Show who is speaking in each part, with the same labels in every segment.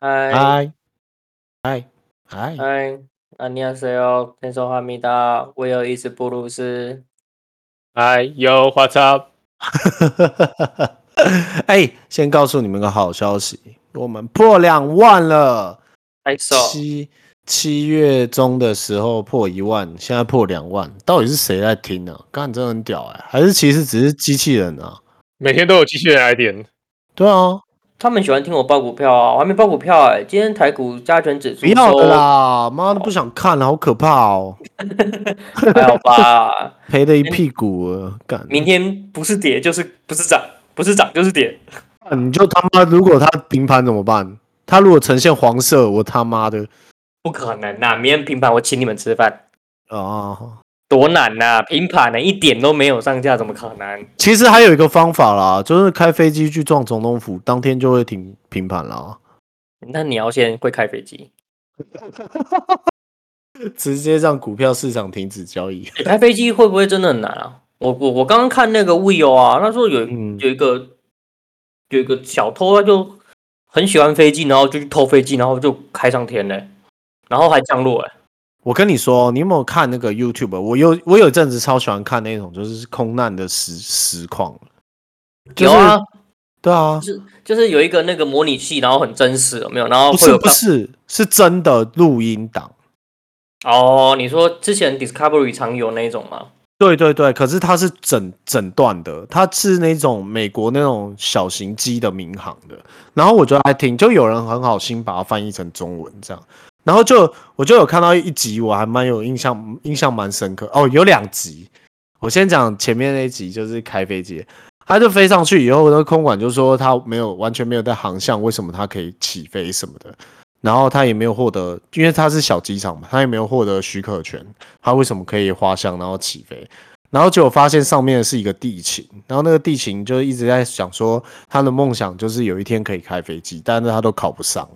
Speaker 1: 嗨
Speaker 2: 嗨，嗨，嗨，
Speaker 1: 嗨，啊안녕하세요，天哦说哈密达，我有一只布鲁斯。
Speaker 3: 哎呦，我操！
Speaker 4: 哎、先告诉你们个好消息，我们破两万了。
Speaker 1: 拍手，
Speaker 4: 七七月中的时候破一万，现在破两万，到底是谁在听呢、干，真的很屌哎、还是其实只是机器人啊？
Speaker 3: 每天都有机器人来点，
Speaker 4: 对啊，
Speaker 1: 他们喜欢听我报股票啊，我还没报股票哎、今天台股加权指数
Speaker 4: 不要
Speaker 1: 收
Speaker 4: 了，啦，妈的不想看了，好可怕哦，
Speaker 1: 还好吧？
Speaker 4: 赔了一屁股了，干。
Speaker 1: 明天不是跌就是不是涨，不是涨就是跌。
Speaker 4: 你就他妈，如果它平盘怎么办？它如果呈现黄色，我他妈的
Speaker 1: 不可能呐、明天平盘我请你们吃饭，
Speaker 4: 啊！
Speaker 1: 多难呐、平盘呢、一点都没有上架，怎么可能？
Speaker 4: 其实还有一个方法啦，就是开飞机去撞总统府，当天就会停平盘啦，
Speaker 1: 那你要先会开飞机，
Speaker 4: 直接让股票市场停止交易。
Speaker 1: 欸开飞机会不会真的很难啊？我我我刚刚看那个 Will 啊，他说有
Speaker 4: 嗯
Speaker 1: 有一个有一个小偷，他就很喜欢飞机，然后就去偷飞机，然后就开上天嘞、然后还降落哎、
Speaker 4: 我跟你说，哦你有没有看那个 YouTube？我有我有一阵子超喜欢看那种就是空难的实实况，就是
Speaker 1: 有啊，
Speaker 4: 对啊，
Speaker 1: 就是有一个那个模拟器，然后很真实，有没有？然后
Speaker 4: 不
Speaker 1: 会
Speaker 4: 是
Speaker 1: 有
Speaker 4: 不是是真的录音档。
Speaker 1: 哦，你说之前 Discovery 常有那一种吗？
Speaker 4: 对对对，可是它是整整段的，它是那种美国那种小型机的民航的。然后我就爱听，就有人很好心把它翻译成中文这样。然后就我就有看到一集，我还蛮有印象，印象蛮深刻。哦，有两集，我先讲前面那一集，就是开飞机，他就飞上去以后，那个空管就说他没有完全没有在航向，为什么他可以起飞什么的。然后他也没有获得，因为他是小机场嘛，他也没有获得许可权，他为什么可以滑翔然后起飞？然后结果发现上面是一个地勤，然后那个地勤就一直在想说，他的梦想就是有一天可以开飞机，但是他都考不上。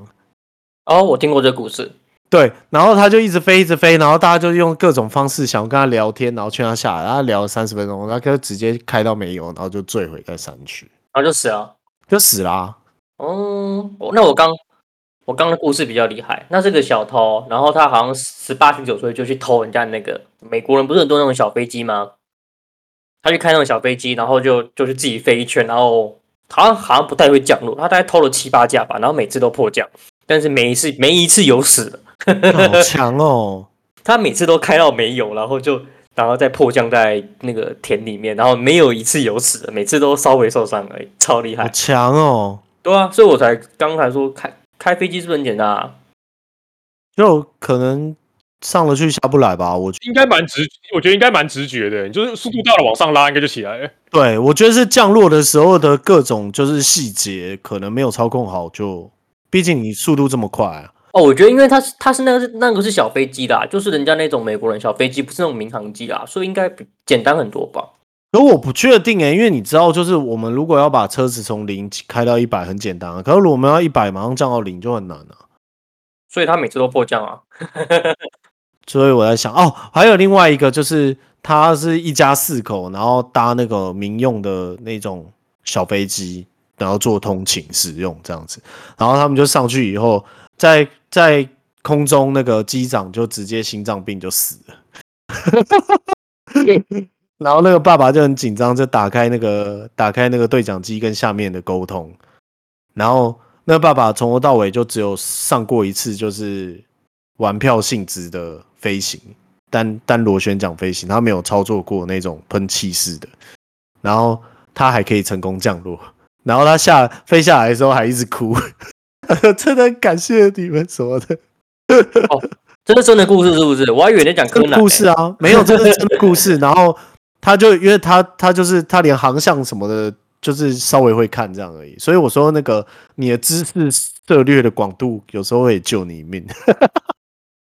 Speaker 1: 哦，我听过这个故事。
Speaker 4: 对，然后他就一直飞，一直飞，然后大家就用各种方式想要跟他聊天，然后劝他下来，然后他聊了三十分钟，他就直接开到没油，然后就坠毁在山区，
Speaker 1: 然后就死了。
Speaker 4: 就死啦、
Speaker 1: 哦，我那我刚我刚的故事比较厉害，那是个小偷，然后他好像十八十九岁就去偷人家那个美国人不是很多那种小飞机吗？他去开那种小飞机，然后就就是自己飞一圈，然后好像好像不太会降落，他大概偷了七八架吧，然后每次都迫降，但是每一次每一次有死的，
Speaker 4: 好强哦！
Speaker 1: 他每次都开到没有，然后就然后再迫降在那个田里面，然后没有一次有死的，每次都稍微受伤而已，超厉害
Speaker 4: 好。强哦！
Speaker 1: 对啊，所以我才刚才说开开飞机是不是很简单啊？
Speaker 4: 就可能上了去下不来吧，我觉
Speaker 3: 应该蛮直，我觉得应该蛮直觉的，就是速度到了往上拉，应该就起来 了。
Speaker 4: 对我觉得是降落的时候的各种就是细节可能没有操控好就，毕竟你速度这么快、啊，
Speaker 1: 哦，我觉得因为它是它是那个是那个是小飞机啦，就是人家那种美国人小飞机，不是那种民航机啦，所以应该比简单很多吧？
Speaker 4: 可我不确定欸诶、因为你知道，就是我们如果要把车子从零开到一百很简单啊，可是如果我们要一百马上降到零就很难啊。
Speaker 1: 所以他每次都迫降啊。
Speaker 4: 所以我在想，哦，还有另外一个就是，他是一家四口，然后搭那个民用的那种小飞机，然后做通勤使用这样子。然后他们就上去以后，在在空中那个机长就直接心脏病就死了。然后那个爸爸就很紧张，就打开那个打开那个对讲机跟下面的沟通，然后那个爸爸从头到尾就只有上过一次，就是玩票性质的飞行，单单螺旋桨飞行，他没有操作过那种喷气式的，然后他还可以成功降落，然后他下飞下来的时候还一直哭， 真的很感谢你们什么的，
Speaker 1: 这是真的故事是不是？我还以为你在讲柯
Speaker 4: 这
Speaker 1: 南、
Speaker 4: 个故事
Speaker 1: 啊。
Speaker 4: 啊，没有这是真的故事，然后他就因为他他就是他连航向什么的就是稍微会看这样而已。所以我说那个你的知识涉略的广度，有时候会救你一命。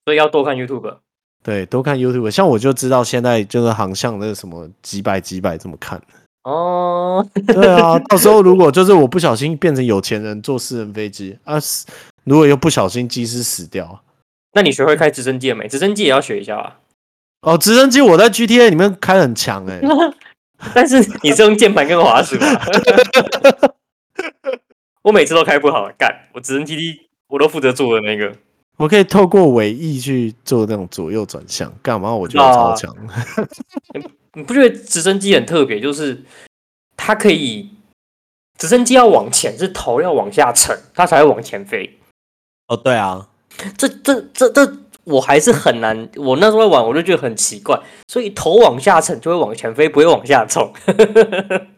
Speaker 1: 所以要多看 YouTube。
Speaker 4: 对，多看 YouTube，像我就知道现在就是航向那个什么几百几百这么看。
Speaker 1: 哦，
Speaker 4: 对啊，到时候如果就是我不小心变成有钱人坐私人飞机啊，死如果又不小心机师死掉
Speaker 1: 那你学会开直升机了没？直升机也要学一下啊。
Speaker 4: 哦，直升机我在 GTA 里面开很强哎、
Speaker 1: 但是你是用键盘跟滑鼠啊吧？ 我每次都开不好，干！我直升机我都负责做的那个，
Speaker 4: 我可以透过尾翼去做那种左右转向，干嘛？我觉得超强。
Speaker 1: 你不觉得直升机很特别？就是它可以，直升机要往前，是头要往下沉，它才会往前飞。
Speaker 4: 哦，对啊，
Speaker 1: 这、这、这、这，我还是很难。我那时候在玩，我就觉得很奇怪，所以头往下沉就会往前飞，不会往下冲。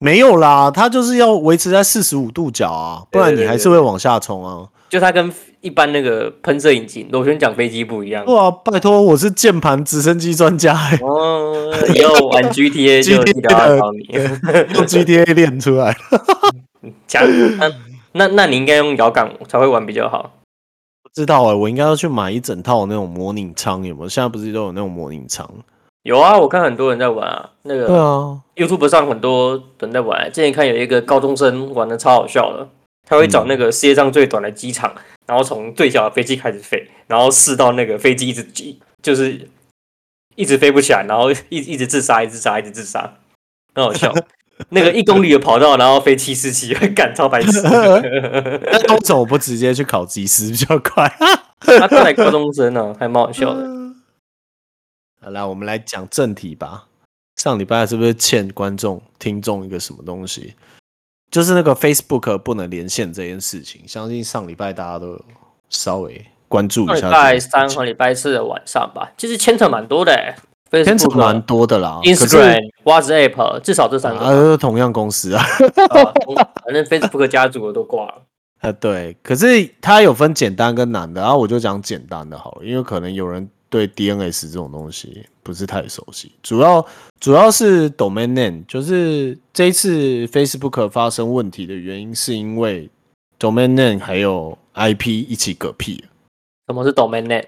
Speaker 4: 没有啦，它就是要维持在四十五度角啊，不然
Speaker 1: 对
Speaker 4: 你
Speaker 1: 对
Speaker 4: 还是会往下冲啊。
Speaker 1: 就它跟一般那个喷射引擎螺旋桨飞机不一样。
Speaker 4: 哇，啊拜托，我是键盘直升机专 家、欸，
Speaker 1: 哦，以后玩 GTA 就记得要找你。
Speaker 4: 用 GTA 练出来。
Speaker 1: 讲 那那那你应该用摇杆才会玩比较好。
Speaker 4: 不知道哎、我应该要去买一整套那种模拟舱，有没有？现在不是都有那种模拟舱？
Speaker 1: 有啊，我看很多人在玩啊，那
Speaker 4: 对
Speaker 1: 个
Speaker 4: 啊，
Speaker 1: YouTube 上很多人在玩、之前看有一个高中生玩的超好笑的，他会找那
Speaker 4: 嗯
Speaker 1: 个世界上最短的机场，然后从最小的飞机开始飞，然后试到那个飞机一直就是一直飞不起来，然后一一直自杀，一直自杀，一直自杀，很 好笑。那个一公里的跑道，然后飞七四七，干超白痴。
Speaker 4: 啊那为什么不直接去考技师比较快？
Speaker 1: 他看来高中生呢、啊，还蛮好 笑的。
Speaker 4: 好啦，我们来讲正题吧。上礼拜是不是欠观众、听众一个什么东西？就是那个 Facebook 不能连线这件事情，相信上礼拜大家都有稍微关注
Speaker 1: 上
Speaker 4: 一
Speaker 1: 礼
Speaker 4: 下。
Speaker 1: 拜三和礼拜四的晚上吧，其实牵扯蛮多的、欸，
Speaker 4: 天成蛮多啊的啦
Speaker 1: Facebook、Instagram、WhatsApp，至少这
Speaker 4: 可
Speaker 1: 三
Speaker 4: 是
Speaker 1: 个
Speaker 4: 啊，
Speaker 1: 吧。
Speaker 4: 都是同样公司啊。
Speaker 1: 啊反正 Facebook 家族我都挂了。
Speaker 4: 啊，对，可是它有分简单跟难的，然后我就讲简单的好了，因为可能有人对 DNS 这种东西不是太熟悉，主要主要是 domain name，就是这一次 Facebook 发生问题的原因是因为 domain name 还有 IP 一起嗝屁了
Speaker 1: 什么是 domain name？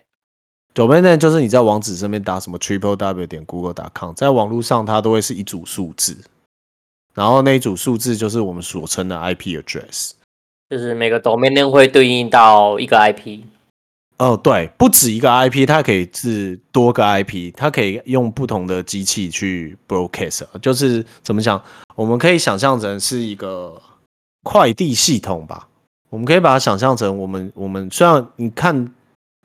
Speaker 4: domain name 就是你在网址上面打什么 triple w 点 google.com，在网络上它都会是一组数字，然后那一组数字就是我们所称的 IP address。
Speaker 1: 就是每个 domain name 会对应到一个 IP。
Speaker 4: 哦，对，不止一个 IP，它可以是多个 IP，它可以用不同的机器去 broadcast，就是怎么讲，我们可以想象成是一个快递系统吧。我们可以把它想象成我们我们虽然你看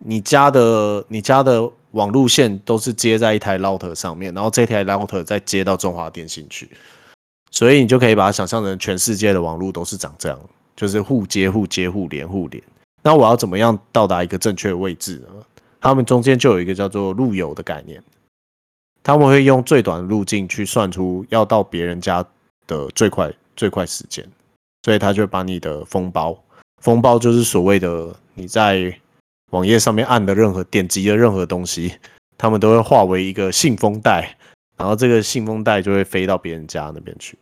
Speaker 4: 你家的你家的网路线都是接在一台 router 上面，然后这台 router 再接到中华电信去，所以你就可以把它想象成全世界的网路都是长这样，就是互接互接互联互联。那我要怎么样到达一个正确的位置呢？他们中间就有一个叫做路由的概念，他们会用最短的路径去算出要到别人家的最快最快时间，所以他就把你的封包，封包就是所谓的你在网页上面按的任何点击的任何东西，他们都会化为一个信封袋，然后这个信封袋就会飞到别人家那边去。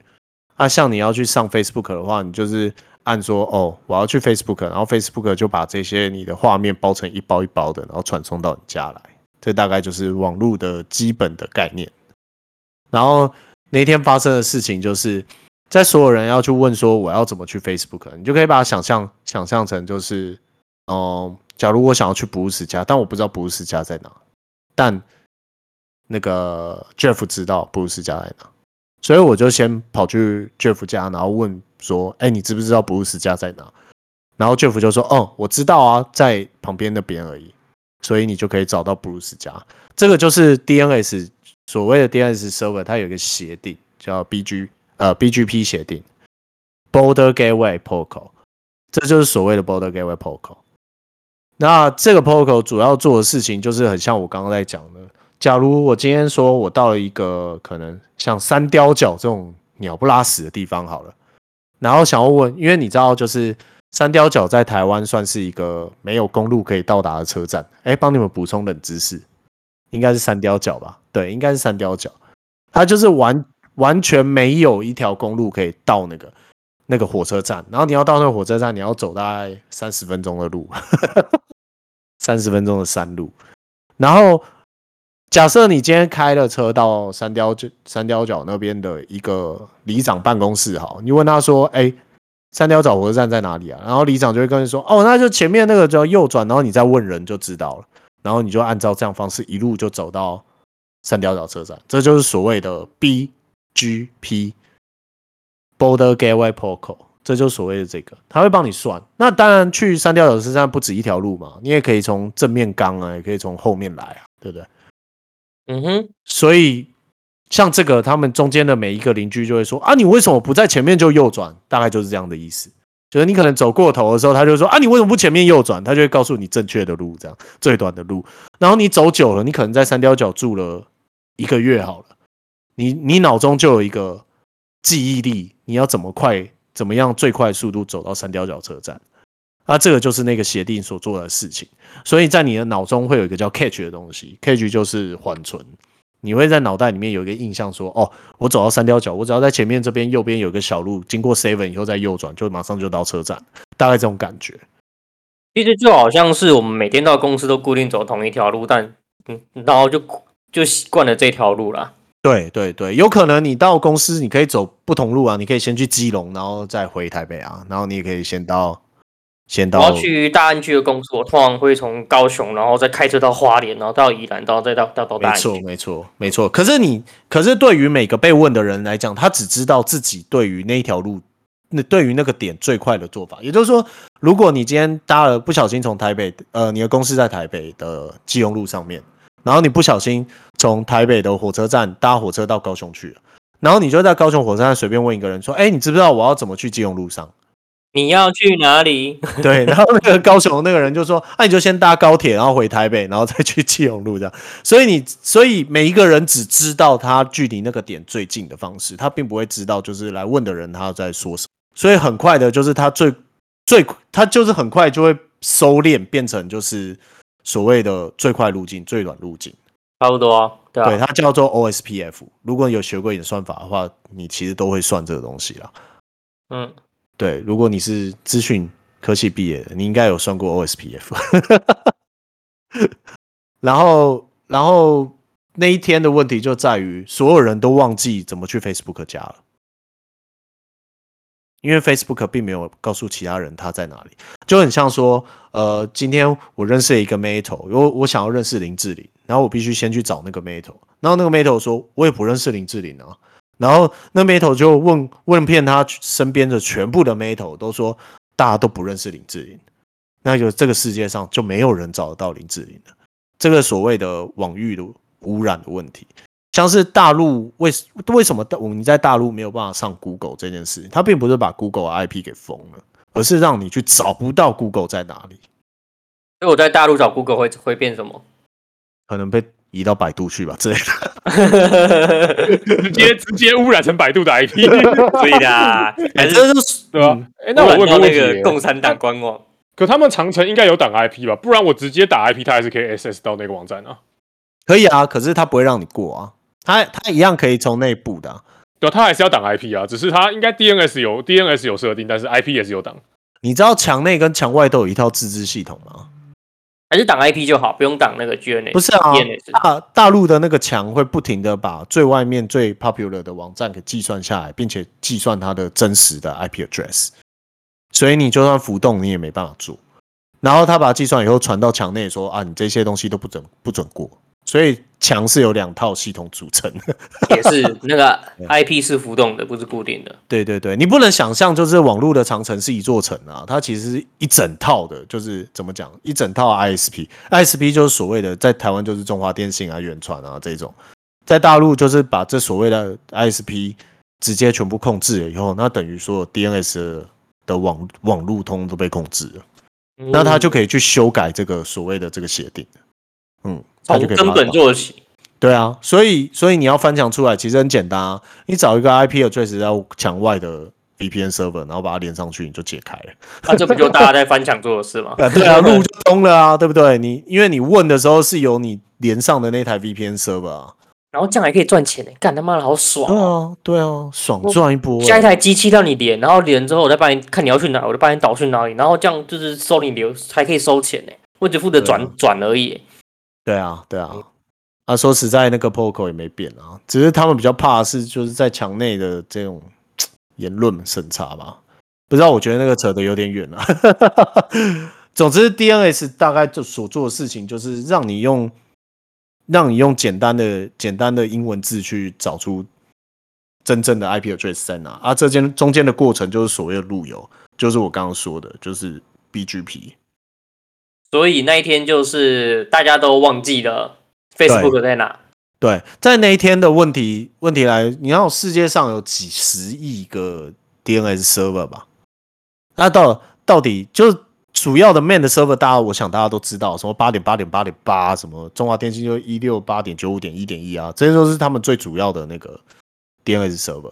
Speaker 4: 那、啊像你要去上 Facebook 的话，你就是按说哦，我要去 Facebook，然后 Facebook 就把这些你的画面包成一包一包的，然后传送到你家来。这大概就是网络的基本的概念。然后那天发生的事情就是，在所有人要去问说我要怎么去 Facebook，你就可以把它想象想象成就是，嗯、假如我想要去布鲁斯家，但我不知道布鲁斯家在哪，但那个 Jeff 知道布鲁斯家在哪，所以我就先跑去 Jeff 家，然后问说：“哎，你知不知道布鲁斯家在哪？”然后 Jeff 就说：“哦，我知道啊，在旁边那边而已。”所以你就可以找到布鲁斯家。这个就是 DNS 所谓的 DNS server，它有一个协定叫 BG 呃 BGP 协定 （Border Gateway Protocol），这就是所谓的 Border Gateway Protocol。那这个 protocol 主要做的事情就是很像我刚刚在讲的，假如我今天说我到了一个可能像山雕角这种鸟不拉屎的地方好了，然后想要问，因为你知道就是山雕角在台湾算是一个没有公路可以到达的车站，哎，帮你们补充冷知识，应该是山雕角吧？对，应该是山雕角，它就是完完全没有一条公路可以到那个那个火车站。然后你要到那个火车站，你要走大概三十分钟的路， 三十分钟的山路。然后假设你今天开了车到三貂角三貂角那边的一个里长办公室，好，你问他说：“哎、三貂角火车站在哪里啊？”然后里长就会跟你说：“哦，那就前面那个就要右转，然后你再问人就知道了。”然后你就按照这样方式一路就走到三貂角车站，这就是所谓的 BGP Border Gateway Protocol，这就是所谓的这个，他会帮你算。那当然去三貂角车站不止一条路嘛，你也可以从正面刚啊，也可以从后面来啊，对不对？
Speaker 1: 嗯哼，
Speaker 4: 所以像这个，他们中间的每一个邻居就会说啊，你为什么不在前面就右转？大概就是这样的意思。就是你可能走过头的时候，他就说啊，你为什么不前面右转？他就会告诉你正确的路，这样最短的路。然后你走久了，你可能在三貂角住了一个月好了，你你脑中就有一个记忆力，你要怎么快，怎么样最快速度走到三貂角车站。啊，这个就是那个协定所做的事情，所以在你的脑中会有一个叫 catch 的东西，catch 就是缓存，你会在脑袋里面有一个印象说，哦，我走到三貂角，我只要在前面这边右边有个小路，经过 Seven 以后再右转，就马上就到车站，大概这种感觉。
Speaker 1: 其实就好像是我们每天到公司都固定走同一条路，但嗯，然后就就习惯了这条路啦。
Speaker 4: 对对对，有可能你到公司你可以走不同路啊，你可以先去基隆，然后再回台北啊，然后你也可以先到先
Speaker 1: 我
Speaker 4: 到
Speaker 1: 要去大安区的公司，我通常会从高雄，然后再开车到花莲，然后到宜兰，然后再到到到
Speaker 4: 没
Speaker 1: 大安
Speaker 4: 错，
Speaker 1: 区。
Speaker 4: 没错，没错。可是你，可是对于每个被问的人来讲，他只知道自己对于那一条路，那对于那个点最快的做法。也就是说，如果你今天搭了不小心从台北，呃，你的公司在台北的基隆路上面，然后你不小心从台北的火车站搭火车到高雄去了，然后你就在高雄火车站随便问一个人说：“哎，你知不知道我要怎么去基隆路上？”
Speaker 1: 你要去哪里？
Speaker 4: 对，然后那个高雄那个人就说：“啊那、你就先搭高铁，然后回台北，然后再去基隆路这样。”所以你，所以每一个人只知道他距离那个点最近的方式，他并不会知道就是来问的人他在说什么。所以很快的，就是他最最他就是很快就会收敛，变成就是所谓的最快路径、最短路径。
Speaker 1: 差不多啊，对
Speaker 4: 对，
Speaker 1: 啊，
Speaker 4: 它叫做 OSPF。如果你有学过演算法的话，你其实都会算这个东西啦。
Speaker 1: 嗯，
Speaker 4: 对，如果你是资讯科系毕业的，你应该有算过 OSPF。然后，然后那一天的问题就在于，所有人都忘记怎么去 Facebook 加了，因为 Facebook 并没有告诉其他人他在哪里，就很像说，呃，今天我认识了一个 Metal，我我想要认识林志玲，然后我必须先去找那个 Metal，然后那个 Metal 说，我也不认识林志玲啊，然后那 Metal 就问问遍他身边的全部的 Metal 都说大家都不认识林志玲，那就这个世界上就没有人找得到林志玲了。这个所谓的网域的污染的问题，像是大陆为为什么大我们在大陆没有办法上 Google 这件事，它并不是把 Google 的 IP 给封了，而是让你去找不到 Google 在哪里，
Speaker 1: 所以我在大陆找 Google 会会变什么？
Speaker 4: 可能被移到百度去吧之类的。
Speaker 3: 直接直接污染成百度的 IP。
Speaker 1: 对 啦，啊还是
Speaker 4: 这就是
Speaker 3: 对吧
Speaker 4: 嗯？
Speaker 3: 哎、那我问个
Speaker 1: 到
Speaker 3: 问
Speaker 1: 那个
Speaker 3: 题，
Speaker 1: 共产党官网，
Speaker 3: 可他们长城应该有挡 IP 吧？不然我直接打 IP，它还是可以 SS 到那个网站啊。
Speaker 4: 可以啊，可是它不会让你过啊，它它一样可以从内部的啊、
Speaker 3: 对啊，它还是要挡 IP 啊，只是它应该 DNS 有 DNS 有设定，但是 IP 也是有挡。
Speaker 4: 你知道墙内跟墙外都有一套自治系统吗？
Speaker 1: 还是挡 IP 就好，不用挡那个 GNS。
Speaker 4: 不是啊
Speaker 1: GNS，
Speaker 4: 大大陆的那个墙会不停的把最外面最 popular 的网站给计算下来，并且计算它的真实的 IP address，所以你就算浮动，你也没办法做。然后他把它计算以后传到墙内说啊，你这些东西都不准不准过，所以墙是由两套系统组成的。
Speaker 1: 也 是那个 IP 是浮动的，不是固定的。
Speaker 4: 对对对，你不能想象就是网络的长城是一座城啊，它其实是一整套的，就是怎么讲，一整套 ISP，ISP 就是所谓的在台湾就是中华电信啊、远传啊这种，在大陆就是把这所谓的 ISP 直接全部控制了以后，那等于说 DNS 的的网网路通都被控制了，
Speaker 1: 嗯
Speaker 4: 那他就可以去修改这个所谓的这个协定，嗯，他
Speaker 1: 从
Speaker 4: 就可以把
Speaker 1: 根
Speaker 4: 它
Speaker 1: 本
Speaker 4: 打
Speaker 1: 做起。
Speaker 4: 对啊，所以所以你要翻墙出来，其实很简单啊。你找一个 IP address 在墙外的 VPN server，然后把它连上去，你就解开了。
Speaker 1: 那啊这不就大家在翻墙做的事吗？
Speaker 4: 啊对啊，路就通了啊，对不对？你因为你问的时候是由你连上的那台 VPN server 啊，
Speaker 1: 然后这样还可以赚钱呢、欸干他妈的好爽
Speaker 4: 对
Speaker 1: 哦、
Speaker 4: 啊，对啊，爽赚一波欸、
Speaker 1: 下一台机器让你连，然后连之后我再帮你看你要去哪，我就帮你导去哪里，然后这样就是收你流还可以收钱呢、欸我只负责
Speaker 4: 对啊
Speaker 1: 转转而已欸、
Speaker 4: 对啊，对啊。啊，说实在，那个 POCO 也没变啊，只是他们比较怕的是就是在墙内的这种言论审查吧。不知道，我觉得那个扯得有点远了、啊 总之，DNS 大概就所做的事情就是让你用让你用简单的简单的英文字去找出真正的 IP address 在哪啊。这间中间的过程就是所谓的路由，就是我刚刚说的，就是 BGP。
Speaker 1: 所以那一天就是大家都忘记了 Facebook 在哪，
Speaker 4: 对，在那一天的问题问题来，你要世界上有几十亿个 DNS server 吧？那到到底就是主要的 main 的 server，大家我想大家都知道，什么八点八点八点八，什么中华电信就一六八点九五点一点一啊，这些都是他们最主要的那个 DNS server。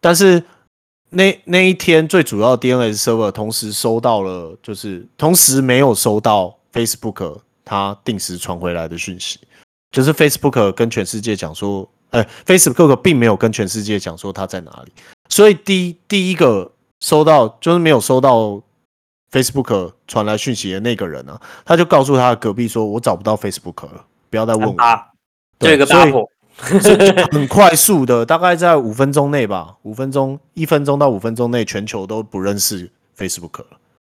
Speaker 4: 但是那那一天最主要的 DNS server 同时收到了，就是同时没有收到 Facebook 它定时传回来的讯息。就是 Facebook 跟全世界讲说，哎、f a c e b o o k 并没有跟全世界讲说它在哪里，所以第一第一个收到就是没有收到 Facebook 传来讯息的那个人啊，他就告诉他的隔壁说，我找不到 Facebook 了，不要再问我。
Speaker 1: 八就
Speaker 4: 对
Speaker 1: 有一个
Speaker 4: 所
Speaker 1: 八
Speaker 4: 以
Speaker 1: 婆，
Speaker 4: 所以就很快速的，大概在五分钟内吧，五分钟一分钟到五分钟内，全球都不认识 Facebook 了。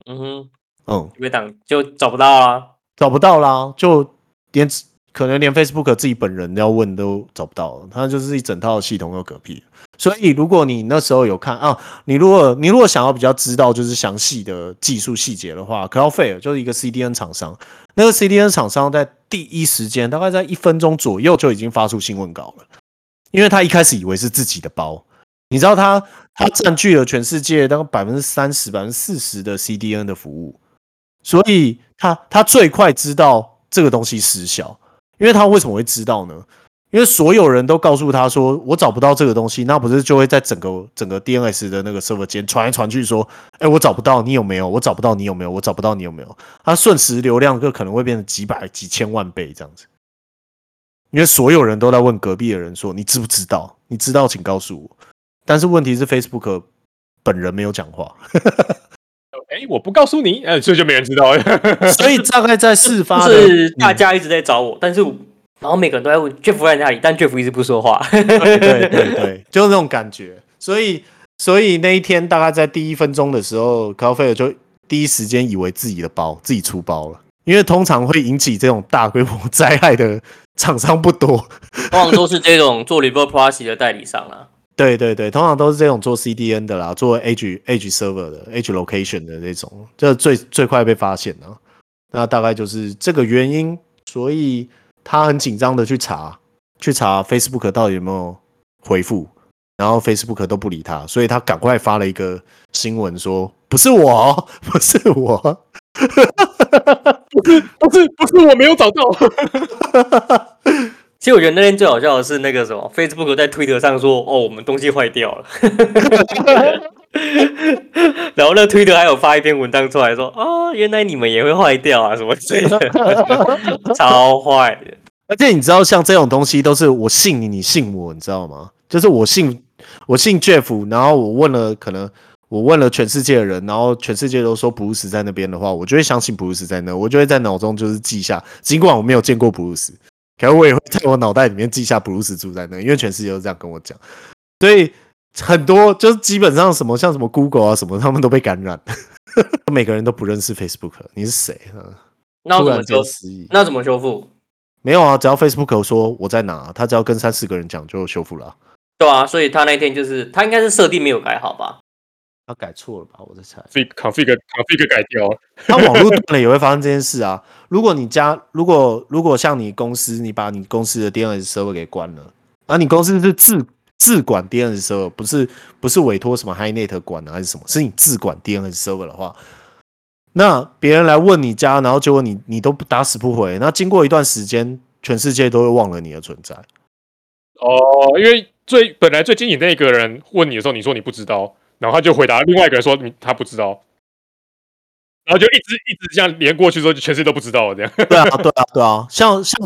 Speaker 1: 嗯哼，
Speaker 4: 嗯，
Speaker 1: 被挡就找不到啊。
Speaker 4: 找不到啦，就连可能连 Facebook 自己本人要问都找不到了，它就是一整套系统又嗝屁。所以如果你那时候有看啊，你如果你如果想要比较知道就是详细的技术细节的话 c l o u d f a r 就是一个 CDN 厂商，那个 CDN 厂商在第一时间大概在一分钟左右就已经发出新闻稿了，因为他一开始以为是自己的包。你知道他他占据了全世界大概百分之三十、百分之四十的 CDN 的服务，所以他他最快知道这个东西失效，因为他为什么会知道呢？因为所有人都告诉他说我找不到这个东西，那不是就会在整个整个 DNS 的那个 server 间传来传去说，哎，我找不到，你有没有？我找不到，你有没有？我找不到，你有没有？它瞬时流量就可能会变成几百、几千万倍这样子。因为所有人都在问隔壁的人说：“你知不知道？你知道请告诉我。”但是问题是，Facebook 本人没有讲话，
Speaker 3: 哎、我不告诉你，哎、所以就没人知道。
Speaker 4: 所以大概在事发
Speaker 1: 就
Speaker 4: 的
Speaker 1: 是大家一直在找我，但是我然后每个人都在问 Jeff 在哪里，但 Jeff 一直不说话。
Speaker 4: 对对对，就是那种感觉。所以，所以那一天大概在第一分钟的时候，高菲尔就第一时间以为自己的包自己出包了，因为通常会引起这种大规模灾害的厂商不多。
Speaker 1: 往往 都是这种做 Reverse Proxy 的代理商啊啦、
Speaker 4: 对对对，通常都是这种做 CDN 的啦，做 Edge Edge Server 的 Edge Location 的这种，这最最快被发现啊。那大概就是这个原因，所以他很紧张的去查，去查 Facebook 到底有没有回复，然后 Facebook 都不理他，所以他赶快发了一个新闻说：“不是我哦， 不是我。
Speaker 3: 不是不是，我没有找 到。
Speaker 1: 其实我觉得那天最好笑的是那个什么，Facebook 在推特上说：“哦，我们东西坏掉了。” 然后那推特还有发一篇文章出来说：“啊、原来你们也会坏掉啊，什么之类的， 超坏的。”
Speaker 4: 而且你知道，像这种东西都是我信你，你信我，你知道吗？就是我信我信 Jeff，然后我问了，可能我问了全世界的人，然后全世界都说布鲁斯在那边的话，我就会相信布鲁斯在那，我就会在脑中就是记下，尽管我没有见过布鲁斯，可是我也会在我脑袋里面记下布鲁斯住在那，因为全世界都这样跟我讲，所以很多就是基本上什么像什么 Google 啊什么，他们都被感染， 每个人都不认识 Facebook，你是谁？嗯
Speaker 1: 那
Speaker 4: 突
Speaker 1: 我怎
Speaker 4: 然
Speaker 1: 么
Speaker 4: 间
Speaker 1: 修？
Speaker 4: 失忆。
Speaker 1: 那怎么修复？
Speaker 4: 没有啊，只要 Facebook 说我在哪，他只要跟三四个人讲就修复了啊、
Speaker 1: 对啊，所以他那天就是他应该是设定没有改好吧？
Speaker 4: 他改错了吧？我在猜。
Speaker 3: config config config 改掉，
Speaker 4: 他网络断了也会发生这件事啊。如果你家，如果如果像你公司，你把你公司的 DNS server 给关了，啊，你公司是自自管 DNS server，不是不是委托什么 HiNet 管啊还是什么，是你自管 DNS server 的话，那别人来问你家，然后结果你你都不打死不回，那经过一段时间，全世界都会忘了你的存在。
Speaker 3: 哦，因为最本来最经营那个人问你的时候，你说你不知道，然后他就回答另外一个人说你他不知道， 然后就一直一直这样连过去之后，就全世界都不知道了这样。
Speaker 4: 对啊，对啊，对啊，像像